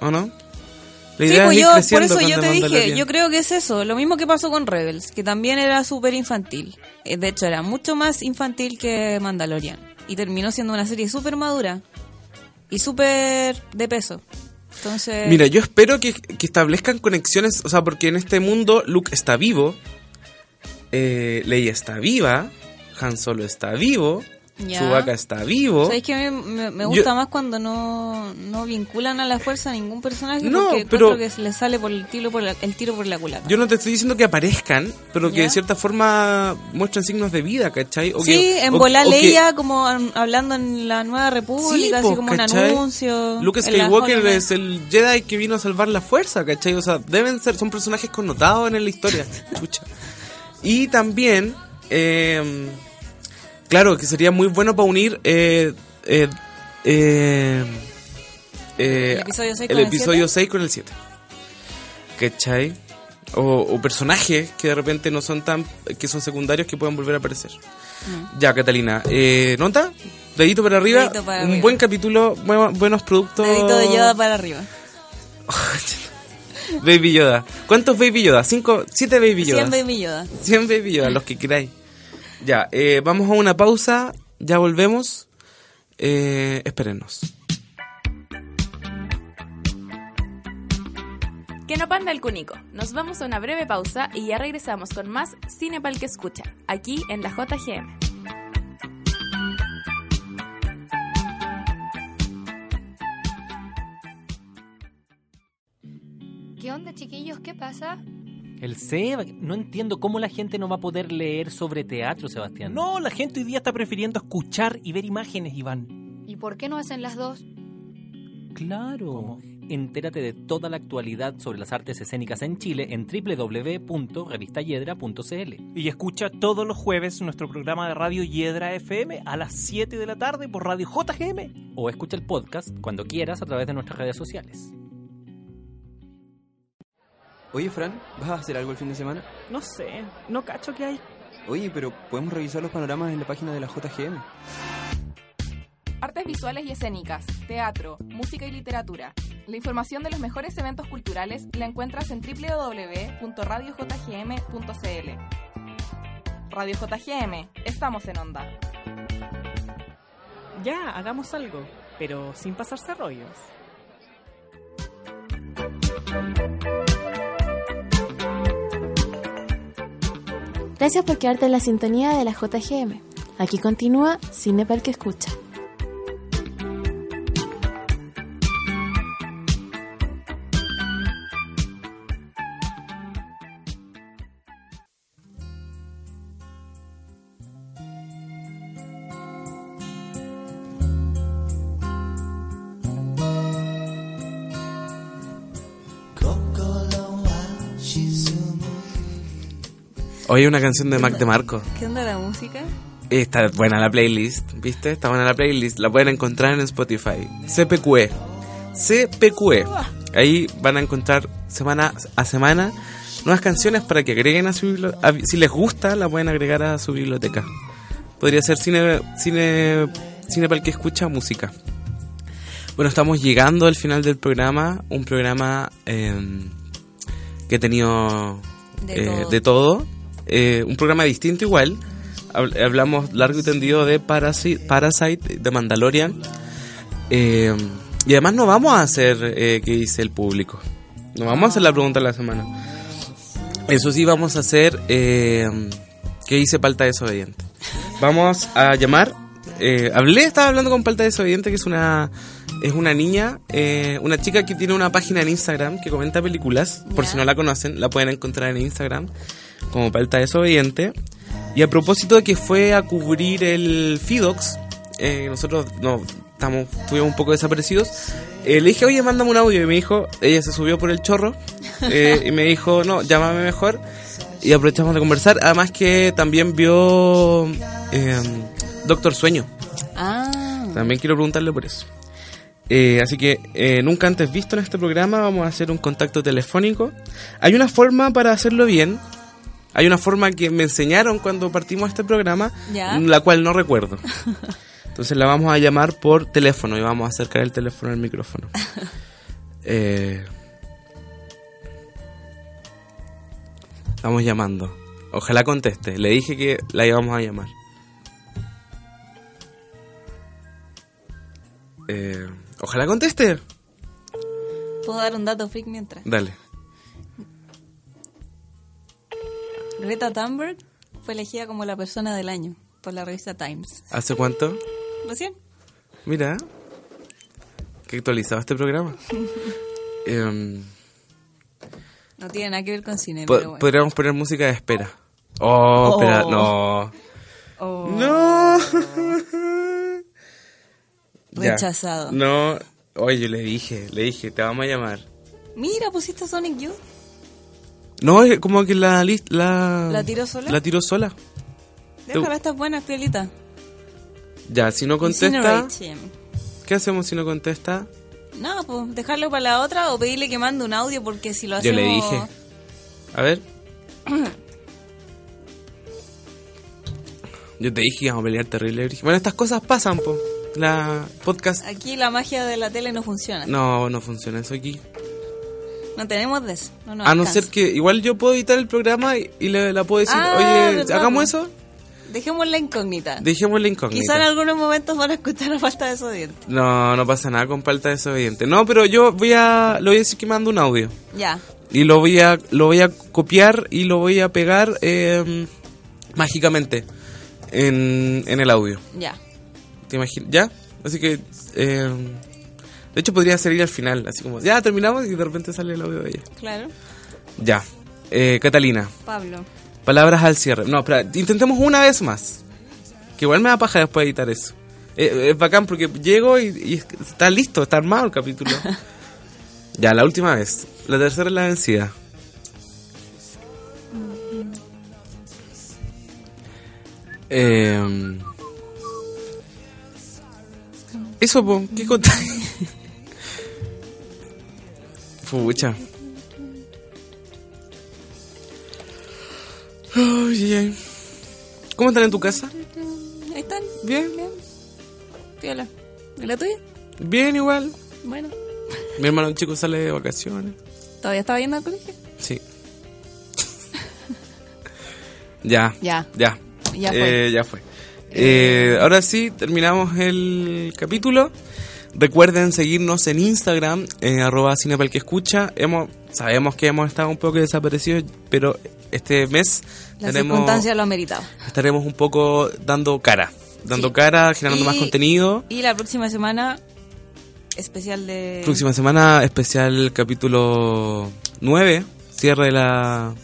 Speaker 3: ¿O no? La
Speaker 4: Sí,
Speaker 3: idea es
Speaker 4: pues
Speaker 3: ir
Speaker 4: yo, por
Speaker 3: creciendo
Speaker 4: eso
Speaker 3: con
Speaker 4: yo
Speaker 3: The
Speaker 4: te dije,
Speaker 3: Mandalorian.
Speaker 4: yo creo que es eso, lo mismo que pasó con Rebels, que también era súper infantil. Eh, De hecho, era mucho más infantil que Mandalorian. Y terminó siendo una serie súper madura y súper de peso. Entonces,
Speaker 3: Mira, yo espero que, que establezcan conexiones, o sea, porque en este mundo Luke está vivo, eh, Leia está viva, Han Solo está vivo,
Speaker 4: Ya.
Speaker 3: Chewbacca está vivo.
Speaker 4: ¿sabes que me, me- me gusta
Speaker 3: Yo-
Speaker 4: más cuando no, no vinculan a la fuerza a ningún personaje?
Speaker 3: No,
Speaker 4: porque
Speaker 3: pero-
Speaker 4: creo que se le sale por el tiro por la, el tiro por la culata.
Speaker 3: Yo no te estoy diciendo que aparezcan, pero que
Speaker 4: Ya.
Speaker 3: de cierta forma muestran signos de vida, ¿cachai? O
Speaker 4: sí,
Speaker 3: que-
Speaker 4: en
Speaker 3: o-
Speaker 4: volar
Speaker 3: o que-
Speaker 4: leía como an- hablando en la Nueva
Speaker 3: Sí,
Speaker 4: República,
Speaker 3: po,
Speaker 4: así como
Speaker 3: ¿cachai?
Speaker 4: un anuncio.
Speaker 3: Luke
Speaker 4: en la
Speaker 3: Skywalker
Speaker 4: Hollow
Speaker 3: es el Jedi que vino a salvar la fuerza, ¿cachai? O sea, deben ser, son personajes connotados en la
Speaker 4: (laughs)
Speaker 3: historia. Chucha. Y también, eh, claro, que sería muy bueno para unir eh, eh, eh, eh,
Speaker 4: El episodio seis
Speaker 3: el
Speaker 4: con el
Speaker 3: episodio 6 con el 7. ¿Cachai? O, o personajes que de repente no son tan. que son secundarios que puedan volver a aparecer. Ya, Catalina. Eh, ¿Nota? Dedito para arriba.
Speaker 4: Dedito para
Speaker 3: un
Speaker 4: arriba.
Speaker 3: buen capítulo, bu- buenos productos.
Speaker 4: Name. Dedito de Yoda para arriba.
Speaker 3: Baby Yoda. ¿Cuántos Baby Yoda? ¿Cinco? ¿Siete Baby Yoda?
Speaker 4: 100 Baby Yoda.
Speaker 3: 100 Baby Yoda, los que queráis. Ya, eh, vamos a una pausa. Ya volvemos. Eh, espérenos.
Speaker 2: Que no panda el cunico. Nos vamos a una breve pausa y ya regresamos con más Cinepal que escucha, aquí en la JGM.
Speaker 5: ¿Qué onda, chiquillos? ¿Qué pasa?
Speaker 6: El Seba, no entiendo cómo la gente no va a poder leer sobre teatro, Sebastián.
Speaker 7: No, la gente hoy día está prefiriendo escuchar y ver imágenes, Iván.
Speaker 5: ¿Y por qué no hacen las dos?
Speaker 6: claro. Entérate de toda la actualidad sobre las artes escénicas en Chile en www.revistayedra.cl.
Speaker 7: Y escucha todos los jueves nuestro programa de radio Hiedra FM a las 7 de la tarde por Radio JGM.
Speaker 6: O escucha el podcast cuando quieras a través de nuestras redes sociales.
Speaker 8: Oye, Fran, ¿vas a hacer algo el fin de semana?
Speaker 7: No sé, no cacho que hay.
Speaker 8: Oye, pero podemos revisar los panoramas en la página de la JGM.
Speaker 9: Artes visuales y escénicas, teatro, música y literatura. La información de los mejores eventos culturales la encuentras en www.radiojgm.cl. Radio JGM, estamos en onda.
Speaker 10: Ya, hagamos algo, pero sin pasarse rollos.
Speaker 11: Gracias por quedarte en la sintonía de la JGM. Aquí continúa Cinepal que escucha.
Speaker 3: Hoy hay una canción de Mac de Marco.
Speaker 4: ¿Qué onda la música?
Speaker 3: Está buena la playlist, ¿viste? Está buena la playlist. La pueden encontrar en Spotify. CPQE. CPQE. E. Ahí van a encontrar semana a semana nuevas canciones para que agreguen a su biblioteca. Si les gusta, la pueden agregar a su biblioteca. Podría ser cine, cine, cine para el que escucha música. Bueno, estamos llegando al final del programa. Un programa eh, que ha tenido
Speaker 1: De
Speaker 3: eh,
Speaker 1: todo.
Speaker 3: de todo. Eh, un programa distinto igual. Habl- Hablamos largo y tendido de Parasi- Parasite, de Mandalorian. Eh, y además no vamos a hacer eh, que dice el público. No vamos a hacer la pregunta de la semana. Eso sí, vamos a hacer eh, que dice Palta Desobediente. Vamos a llamar. eh, hablé, estaba hablando con Palta Desobediente, que es una es una niña, eh, una chica que tiene una página en Instagram que comenta películas. Por si no la conocen, la pueden encontrar en Instagram como Palta Desobediente. Y a propósito de que fue a cubrir el FIDOX, eh, nosotros no, estamos, estuvimos un poco desaparecidos. eh, le dije, oye, mándame un audio. Y me dijo, ella se subió por el chorro. eh, y me dijo, no, llámame mejor. Y aprovechamos de conversar. Además que también vio eh, Doctor Sueño.
Speaker 4: Ah.
Speaker 3: También quiero preguntarle por eso. Eh, así que eh, nunca antes visto en este programa, vamos a hacer un contacto telefónico. Hay una forma para hacerlo bien. Hay una forma que me enseñaron cuando partimos este programa,
Speaker 1: Ya.
Speaker 3: la cual no recuerdo. Entonces la vamos a llamar por teléfono y vamos a acercar el teléfono al micrófono. Eh, estamos llamando. Ojalá conteste. Le dije que la íbamos a llamar. Eh, ojalá conteste.
Speaker 4: ¿Puedo dar un dato freak mientras?
Speaker 3: Dale.
Speaker 4: Greta Thunberg fue elegida como la persona del año por la revista Times.
Speaker 3: ¿Hace cuánto?
Speaker 4: ¿Recién?
Speaker 3: Mira. Que actualizaba este
Speaker 4: (laughs)
Speaker 3: programa. Em,
Speaker 4: No tiene nada que ver con cine,
Speaker 3: po-
Speaker 4: pero bueno.
Speaker 3: Podríamos poner música de espera. Oh,
Speaker 4: Oh.
Speaker 3: espera, no.
Speaker 4: Oh. (laughs)
Speaker 3: No. Ya.
Speaker 4: Rechazado.
Speaker 3: No. Oye, yo le dije, le dije, te vamos a llamar.
Speaker 4: Mira, pusiste Sonic Youth.
Speaker 3: No, es como que la lis- la
Speaker 4: ¿La tiró sola?
Speaker 3: La tiró sola.
Speaker 4: Déjala, estás buena, Piolita.
Speaker 3: Ya, si no contesta,
Speaker 4: Incinerate him.
Speaker 3: ¿qué hacemos si no contesta?
Speaker 4: No, pues dejarlo para la otra o pedirle que mande un audio porque si lo
Speaker 3: Yo
Speaker 4: hacemos...
Speaker 3: le dije. A ver, (clears throat) yo te dije que íbamos a pelear terrible. Bueno, estas cosas pasan, po. La podcast
Speaker 4: Aquí la magia de la tele no funciona.
Speaker 3: no no funciona eso aquí.
Speaker 4: No tenemos de eso. No, nos
Speaker 3: a Ah, no
Speaker 4: alcanza.
Speaker 3: ser que igual yo puedo editar el programa y, y le la puedo decir,
Speaker 4: Ah,
Speaker 3: "Oye,
Speaker 4: verdad,
Speaker 3: hagamos
Speaker 4: po.
Speaker 3: eso."
Speaker 4: Dejemos la incógnita.
Speaker 3: Dejémosle incógnita.
Speaker 4: Quizá en algunos momentos van a escuchar la falta de esos dientes.
Speaker 3: No, no pasa nada con falta desobediente. No, pero yo voy a. Lo voy a decir que mando un audio.
Speaker 4: Ya.
Speaker 3: Y lo voy a, lo voy a copiar y lo voy a pegar eh, mágicamente en, en el audio.
Speaker 4: Ya.
Speaker 3: ¿Te imaginas? ¿Ya? Así que. eh, de hecho, podría salir al final. Así como, ya terminamos y de repente sale el audio de ella.
Speaker 4: Claro.
Speaker 3: Ya. Eh, Catalina,
Speaker 4: Pablo.
Speaker 3: palabras al cierre. No, espera, intentemos una vez más. Que igual me da paja después editar eso. Eh, es bacán porque llego y, y es- está listo, está armado el capítulo. ya, la última vez. La tercera es la vencida. Eh, eso, po, ¿qué contáis? Fucha. Ay, ay, ay. ¿Cómo están en tu casa?
Speaker 4: Ahí están.
Speaker 3: Bien.
Speaker 4: Bien. Piola. ¿Y la tuya?
Speaker 3: Bien, igual.
Speaker 4: Bueno.
Speaker 3: Mi hermano chico sale de vacaciones.
Speaker 4: ¿Todavía estaba yendo al colegio? (laughs)
Speaker 3: Sí. ya.
Speaker 4: Ya.
Speaker 3: Ya.
Speaker 4: Ya fue.
Speaker 3: Eh, ya fue. Eh, ahora sí, terminamos el capítulo. Recuerden seguirnos en Instagram, en arroba cinepal que escucha. Hemos, sabemos que hemos estado un poco desaparecidos, pero este mes
Speaker 4: La
Speaker 3: tenemos-
Speaker 4: circunstancia lo ameritaba.
Speaker 3: estaremos un poco dando cara. Dando cara, generando
Speaker 4: Y-
Speaker 3: más contenido.
Speaker 4: Y la próxima semana, especial de...
Speaker 3: Próxima semana, especial capítulo 9, cierre de la,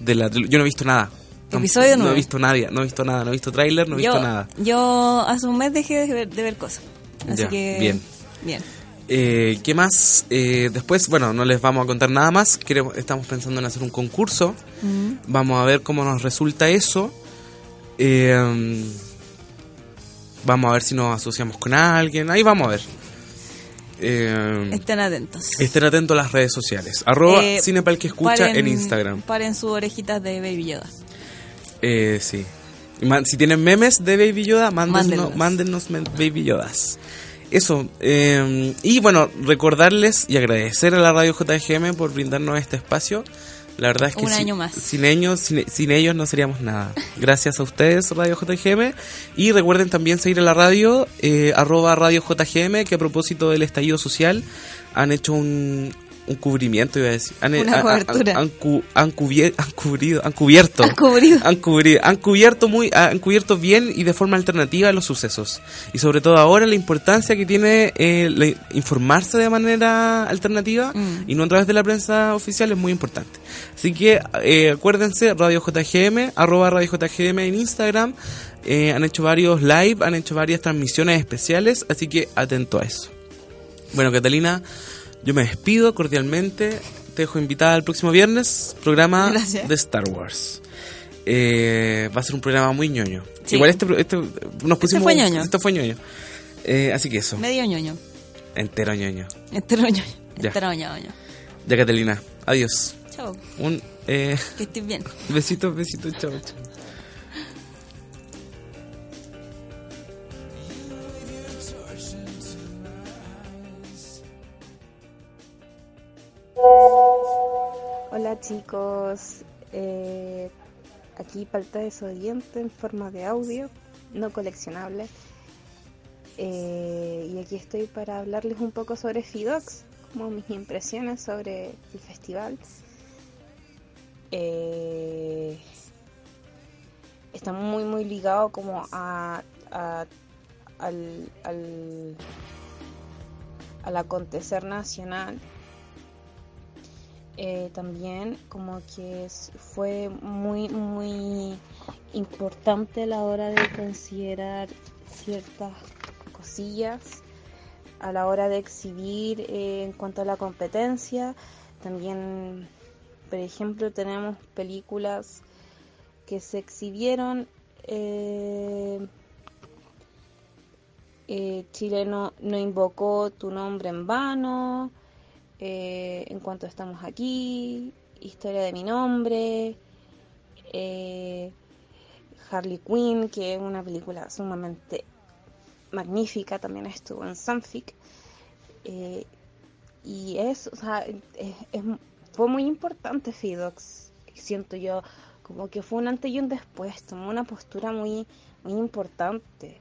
Speaker 3: de la... Yo no he visto nada. Tamp-
Speaker 4: Episodio
Speaker 3: No he
Speaker 4: 9.
Speaker 3: visto nadie, no he visto nada, no he visto tráiler, no he
Speaker 4: yo,
Speaker 3: visto nada.
Speaker 4: Yo hace un mes dejé de ver, de ver cosas. Así
Speaker 3: Ya,
Speaker 4: que...
Speaker 3: bien.
Speaker 4: Bien.
Speaker 3: Eh, ¿Qué más? Eh, después, bueno, no les vamos a contar nada más. Queremos- estamos pensando en hacer un concurso.
Speaker 1: Mm.
Speaker 3: Vamos a ver cómo nos resulta eso. Eh, vamos a ver si nos asociamos con alguien. Ahí vamos a ver. Eh,
Speaker 4: Estén atentos.
Speaker 3: estén atentos a las redes sociales. Arroba
Speaker 4: Eh,
Speaker 3: Cinepal que escucha
Speaker 4: paren-
Speaker 3: en Instagram.
Speaker 4: Paren sus orejitas de Baby Yoda. (laughs)
Speaker 3: Eh, sí. Y man- si tienen memes de Baby Yoda, mándennos,
Speaker 4: Mándenlos.
Speaker 3: mándennos men- Baby Yodas. Eso. eh, y bueno, recordarles y agradecer a la radio JGM por brindarnos este espacio. La verdad es que
Speaker 4: Un
Speaker 3: si-
Speaker 4: año más.
Speaker 3: Sin, ellos, sin, sin ellos no seríamos nada. Gracias a ustedes, Radio JGM. Y recuerden también seguir a la radio, eh, arroba Radio JGM, que a propósito del estallido social han hecho un, un cubrimiento, iba a decir. Han,
Speaker 4: Una
Speaker 3: han- han-
Speaker 4: cobertura.
Speaker 3: han cu- han cubier- han cubrido, han cubierto.
Speaker 4: Han (laughs) cubrido.
Speaker 3: Han cubri- han cubierto muy, ah, han cubierto bien y de forma alternativa los sucesos. Y sobre todo ahora la importancia que tiene eh, la- informarse de manera alternativa y no a través de la prensa oficial es muy importante. Así que eh, acuérdense, Radio JGM, arroba Radio JGM en Instagram. eh, han hecho varios live, han hecho varias transmisiones especiales, así que atento a eso. Bueno, Catalina, yo me despido cordialmente. Te dejo invitada al próximo viernes, programa
Speaker 4: Gracias.
Speaker 3: de Star Wars. Eh, va a ser un programa muy ñoño.
Speaker 4: Sí.
Speaker 3: Igual este, pro- este- nos pusimos.
Speaker 4: fue ñoño.
Speaker 3: esto fue ñoño. Eh, así que eso,
Speaker 4: Medio ñoño.
Speaker 3: entero ñoño.
Speaker 4: Entero ñoño.
Speaker 3: Ya.
Speaker 4: Entero ñoño.
Speaker 3: Ya, Catalina, adiós.
Speaker 4: Chao.
Speaker 3: Un eh, (laughs)
Speaker 4: Que estés bien.
Speaker 3: besito, besito, chao, chao.
Speaker 12: Hola chicos, Eh, aquí palta desodiente en forma de audio, no coleccionable. Eh, y aquí estoy para hablarles un poco sobre Fidox, como mis impresiones sobre el festival. Eh, está muy muy ligado como a, a- al, al, al acontecer nacional eh, también como que es- fue muy muy importante a la hora de considerar ciertas cosillas a la hora de exhibir eh, en cuanto a la competencia también por ejemplo tenemos películas que se exhibieron eh, eh, Chile no, no invocó tu nombre en vano, eh, en cuanto estamos aquí, historia de mi nombre, eh, Harley Quinn, que es una película sumamente magnífica, también estuvo en Sanfic. eh, y es, o sea, es- es- fue muy importante Fidox, siento yo, como que fue un antes y un después, tomó una postura muy, muy importante.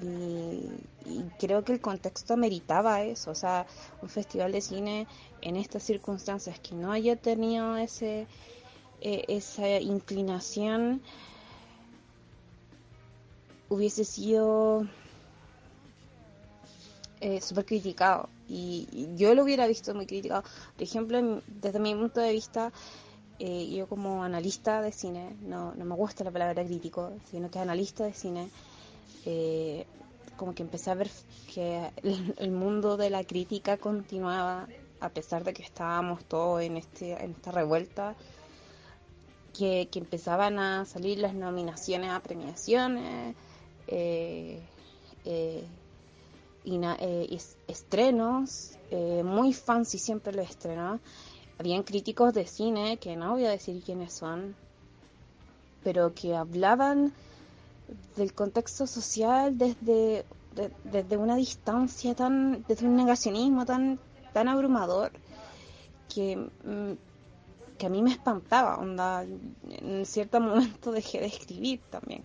Speaker 12: Y, y creo que el contexto meritaba eso, o sea, un festival de cine en estas circunstancias que no haya tenido ese, eh, esa inclinación hubiese sido eh, súper criticado y, y yo lo hubiera visto muy criticado. Por ejemplo, en- desde mi punto de vista, eh, yo como analista de cine, no, no me gusta la palabra crítico, sino que analista de cine, eh, como que empecé a ver que el, el mundo de la crítica continuaba a pesar de que estábamos todos en, este, en esta revuelta, que, que empezaban a salir las nominaciones a premiaciones. eh, eh, y na- eh, es- estrenos, eh, muy fancy siempre los estrenos. Habían críticos de cine, que no voy a decir quiénes son, pero que hablaban del contexto social desde, de- desde una distancia tan, desde un negacionismo tan, tan abrumador, que, mm, que a mí me espantaba, onda, en cierto (laughs) momento dejé de escribir también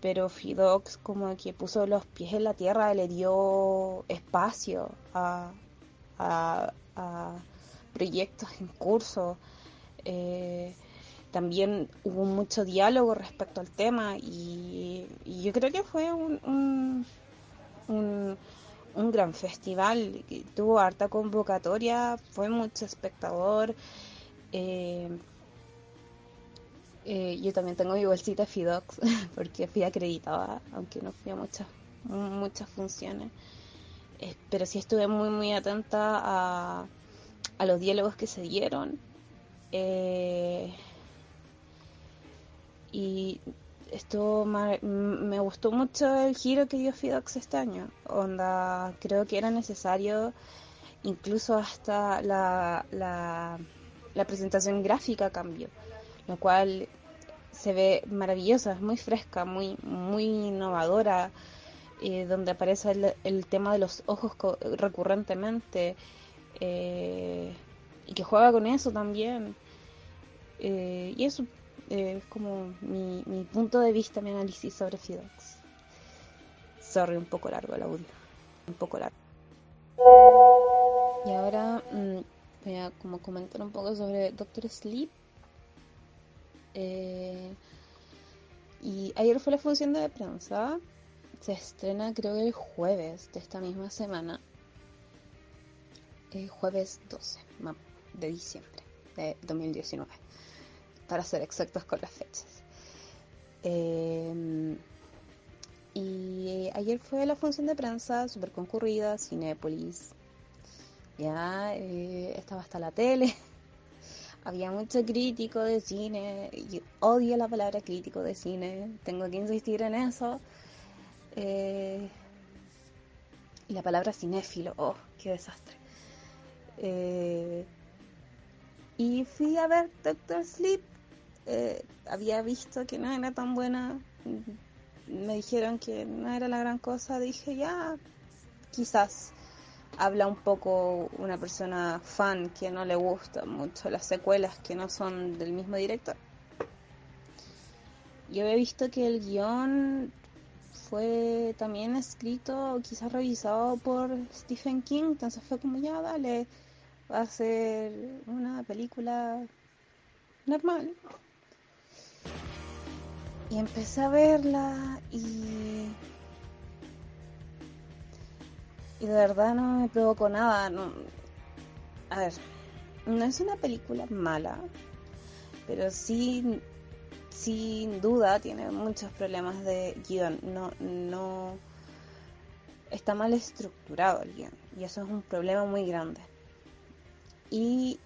Speaker 12: pero Fidox como que puso los pies en la tierra, le dio espacio a, a- a proyectos en curso. Eh, también hubo mucho diálogo respecto al tema y, y yo creo que fue un, un- un- un gran festival, que tuvo harta convocatoria, fue mucho espectador. eh, eh, yo también tengo mi bolsita Fidox (laughs) porque fui acreditada, aunque no fui a muchas, muchas funciones. eh, pero sí estuve muy, muy atenta a, a los diálogos que se dieron. eh, y esto me gustó mucho el giro que dio Fidox este año. Onda, creo que era necesario incluso hasta la, la, la presentación gráfica cambió, lo cual se ve maravillosa, es muy fresca, muy, muy innovadora, eh, donde aparece el, el tema de los ojos co- recurrentemente eh, y que juega con eso también. Eh, y eso eh, es como mi, mi punto de vista, mi análisis sobre Fidox. Sorry, un poco largo el audio. Un poco largo. Y ahora mm, voy a como comentar un poco sobre Doctor Sleep. Eh, y ayer fue la función de prensa. Se estrena creo que el jueves de esta misma semana. El jueves 12 ma- de diciembre de 2019. Para ser exactos con las fechas. Eh, y ayer fue la función de prensa, súper concurrida, Cinépolis. Ya eh, estaba hasta la tele. (laughs) Había mucho crítico de cine. y odio la palabra crítico de cine. Tengo que insistir en eso. Eh, y la palabra cinéfilo. Oh, qué desastre. Eh, y fui a ver Doctor Sleep. Eh, había visto que no era tan buena. Me dijeron que no era la gran cosa. Dije, ya, quizás habla un poco una persona fan que no le gustan mucho las secuelas que no son del mismo director. Yo he visto que el guión fue también escrito, o quizás revisado por Stephen King, entonces fue como ya, dale, va a ser una película normal. Y empecé a verla y y de verdad no me provocó nada. No. A ver, no es una película mala, pero sí, sin duda, tiene muchos problemas de guión. No, no está mal estructurado el guión, y eso es un problema muy grande. Y,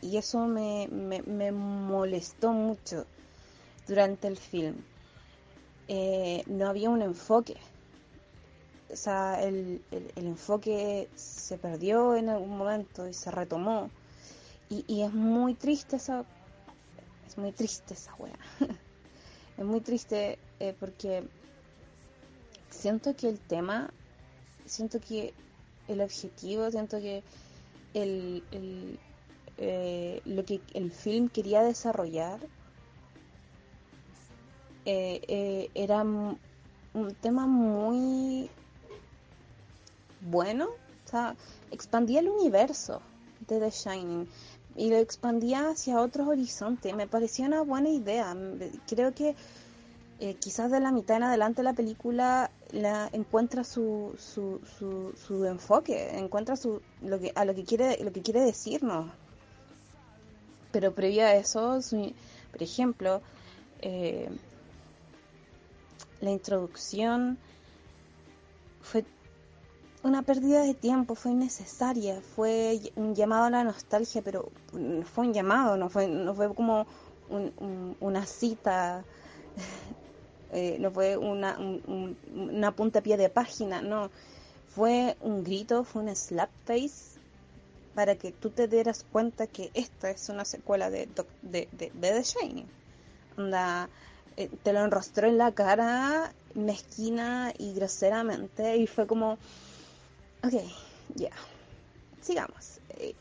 Speaker 12: y eso me, me, me molestó mucho durante el film. Eh, no había un enfoque o sea, el, el- el enfoque se perdió en algún momento y se retomó. Y, y es muy triste esa. Es muy triste esa wea. (laughs) es muy triste eh, porque siento que el tema, siento que el objetivo, siento que el, el, eh, lo que el film quería desarrollar eh, eh, era m- un tema muy bueno. O sea, expandía el universo de The Shining y lo expandía hacia otros horizontes. Me pareció una buena idea. Me- Creo que eh, quizás de la mitad en adelante la película la encuentra su, su, su, su enfoque, encuentra su, lo que, a lo que quiere, lo que quiere decirnos. Pero previo a eso, su- por ejemplo, eh, la introducción fue una pérdida de tiempo, fue innecesaria, fue ll- un llamado a la nostalgia, pero mm, fue un llamado, no fue, no fue como un- un- una cita, eh, no fue una, un- un- una puntapié de página, no, fue un grito, fue un slap face para que tú te dieras cuenta que esta es una secuela de, Doc- de, de, de The Shining. Onda, eh, te lo enrostró en la cara mezquina y groseramente y fue como, ok, ya, sigamos. Eh,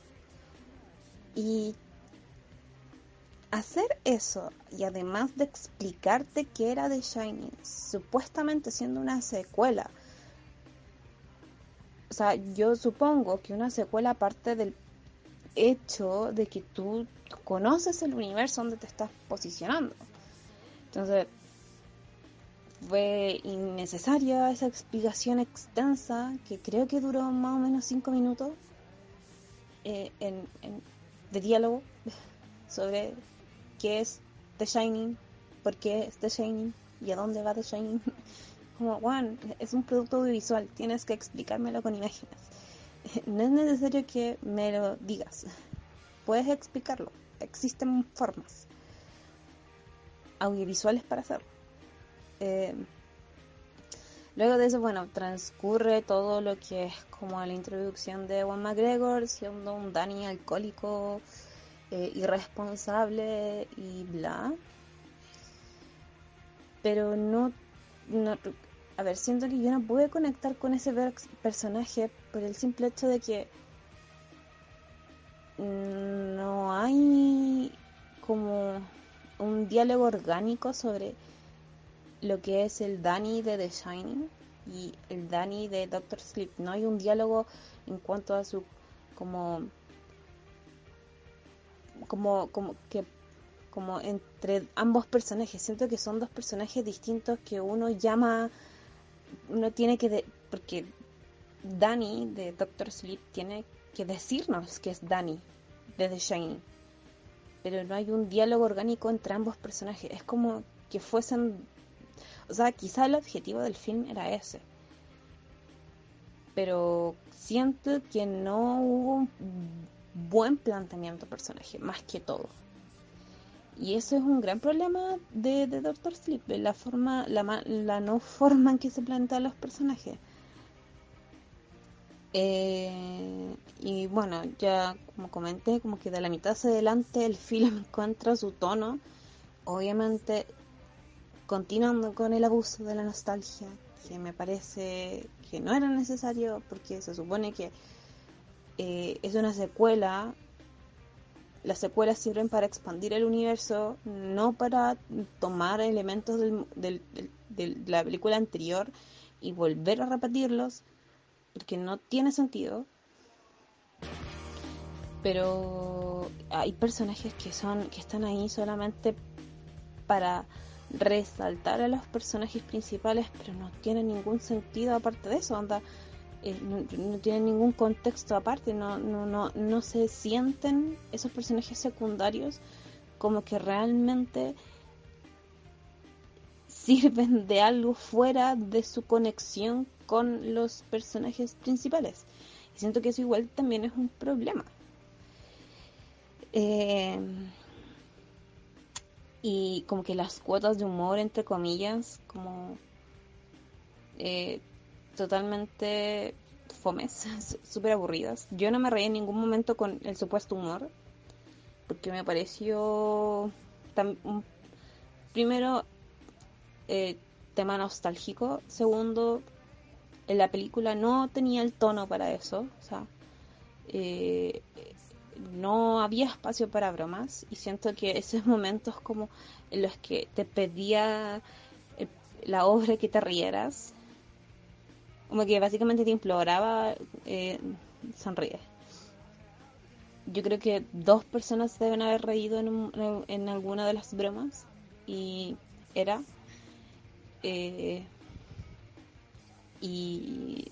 Speaker 12: Y hacer eso y además de explicarte que era The Shining, supuestamente siendo una secuela, o sea, yo supongo que una secuela parte del hecho de que tú conoces el universo donde te estás posicionando. Entonces, fue innecesaria esa explicación extensa que creo que duró más o menos cinco minutos eh, en- en- de diálogo (laughs) sobre qué es The Shining, (laughs) por qué es The Shining y a dónde va The Shining. como, Juan, es un producto audiovisual, tienes que explicármelo con imágenes. (laughs) No es necesario que me lo digas. Puedes explicarlo. Existen formas audiovisuales para hacerlo. Eh, Luego de eso, bueno, transcurre todo lo que es como la introducción de Juan McGregor siendo un Danny alcohólico, eh, irresponsable y bla. Pero no, no- A ver, siento que yo no pude conectar con ese per- personaje por el simple hecho de que no hay como un diálogo orgánico sobre lo que es el Danny de The Shining y el Danny de Doctor Sleep. No hay un diálogo en cuanto a su como como como que como entre ambos personajes. Siento que son dos personajes distintos que uno llama uno tiene que de- porque Danny de Doctor Sleep tiene que decirnos que es Danny de The Shining. Pero no hay un diálogo orgánico entre ambos personajes. Es como que fuesen o sea, quizá el objetivo del film era ese. Pero siento que no hubo un buen planteamiento de personaje, más que todo. Y eso es un gran problema de, de Doctor Sleep, la forma, la, ma- la no forma en que se plantean los personajes. Eh, y bueno, ya como comenté, como que de la mitad hacia adelante el film (laughs) encuentra su tono. Obviamente continuando con el abuso de la nostalgia, que me parece que no era necesario porque se supone que eh, es una secuela. Las secuelas sirven para expandir el universo, no para tomar elementos del- del- del- del- de la película anterior y volver a repetirlos, porque no tiene sentido. Pero hay personajes que son que están ahí solamente para resaltar a los personajes principales, pero no tiene ningún sentido aparte de eso, onda, eh, no, no tiene ningún contexto aparte, no, no, no, no se sienten esos personajes secundarios como que realmente sirven de algo fuera de su conexión con los personajes principales. Y siento que eso igual también es un problema. Eh, y como que las cuotas de humor, entre comillas, como eh, totalmente fomes, (laughs) s- súper aburridas. Yo no me reí en ningún momento con el supuesto humor, porque me pareció tam- un- primero eh, tema nostálgico, segundo, en la película no tenía el tono para eso, o sea, eh, no había espacio para bromas y siento que esos momentos como en los que te pedía eh, la obra que te rieras, como que básicamente te imploraba eh, sonríe. Yo creo que dos personas se deben haber reído en, un- en alguna de las bromas y era... eh, y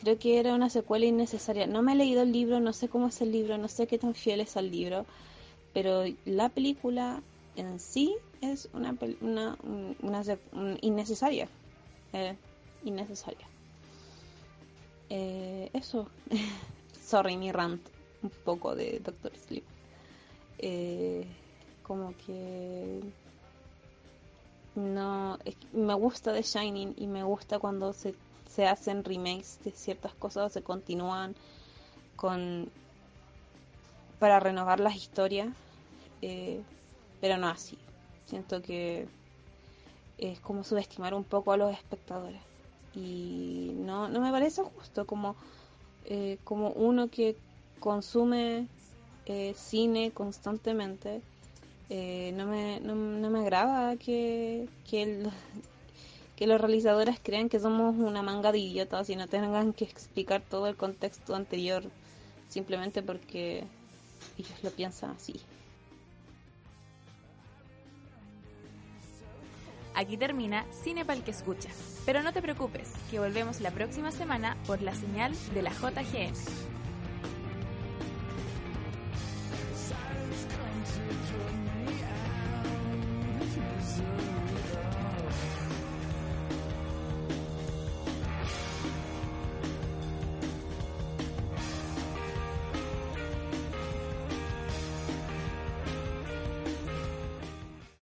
Speaker 12: Creo que era una secuela innecesaria. No me he leído el libro, no sé cómo es el libro, no sé qué tan fiel es al libro, pero la película en sí es una, pel- una, un- una sec- un- innecesaria. Eh, innecesaria. Eh, eso. (laughs) Sorry, mi rant. Un poco de Doctor Sleep. Eh, como que no, es que me gusta The Shining y me gusta cuando se, se hacen remakes de ciertas cosas o se continúan con para renovar las historias, eh, pero no así. Siento que es como subestimar un poco a los espectadores y no, no me parece justo como, eh, como uno que consume eh, cine constantemente eh, no, me, no, no me agrada que, que, el- que los realizadores crean que somos una manga de idiotas y no tengan que explicar todo el contexto anterior simplemente porque ellos lo piensan así.
Speaker 2: Aquí termina Cine Pal que escucha. Pero no te preocupes, que volvemos la próxima semana por la señal de la JGM.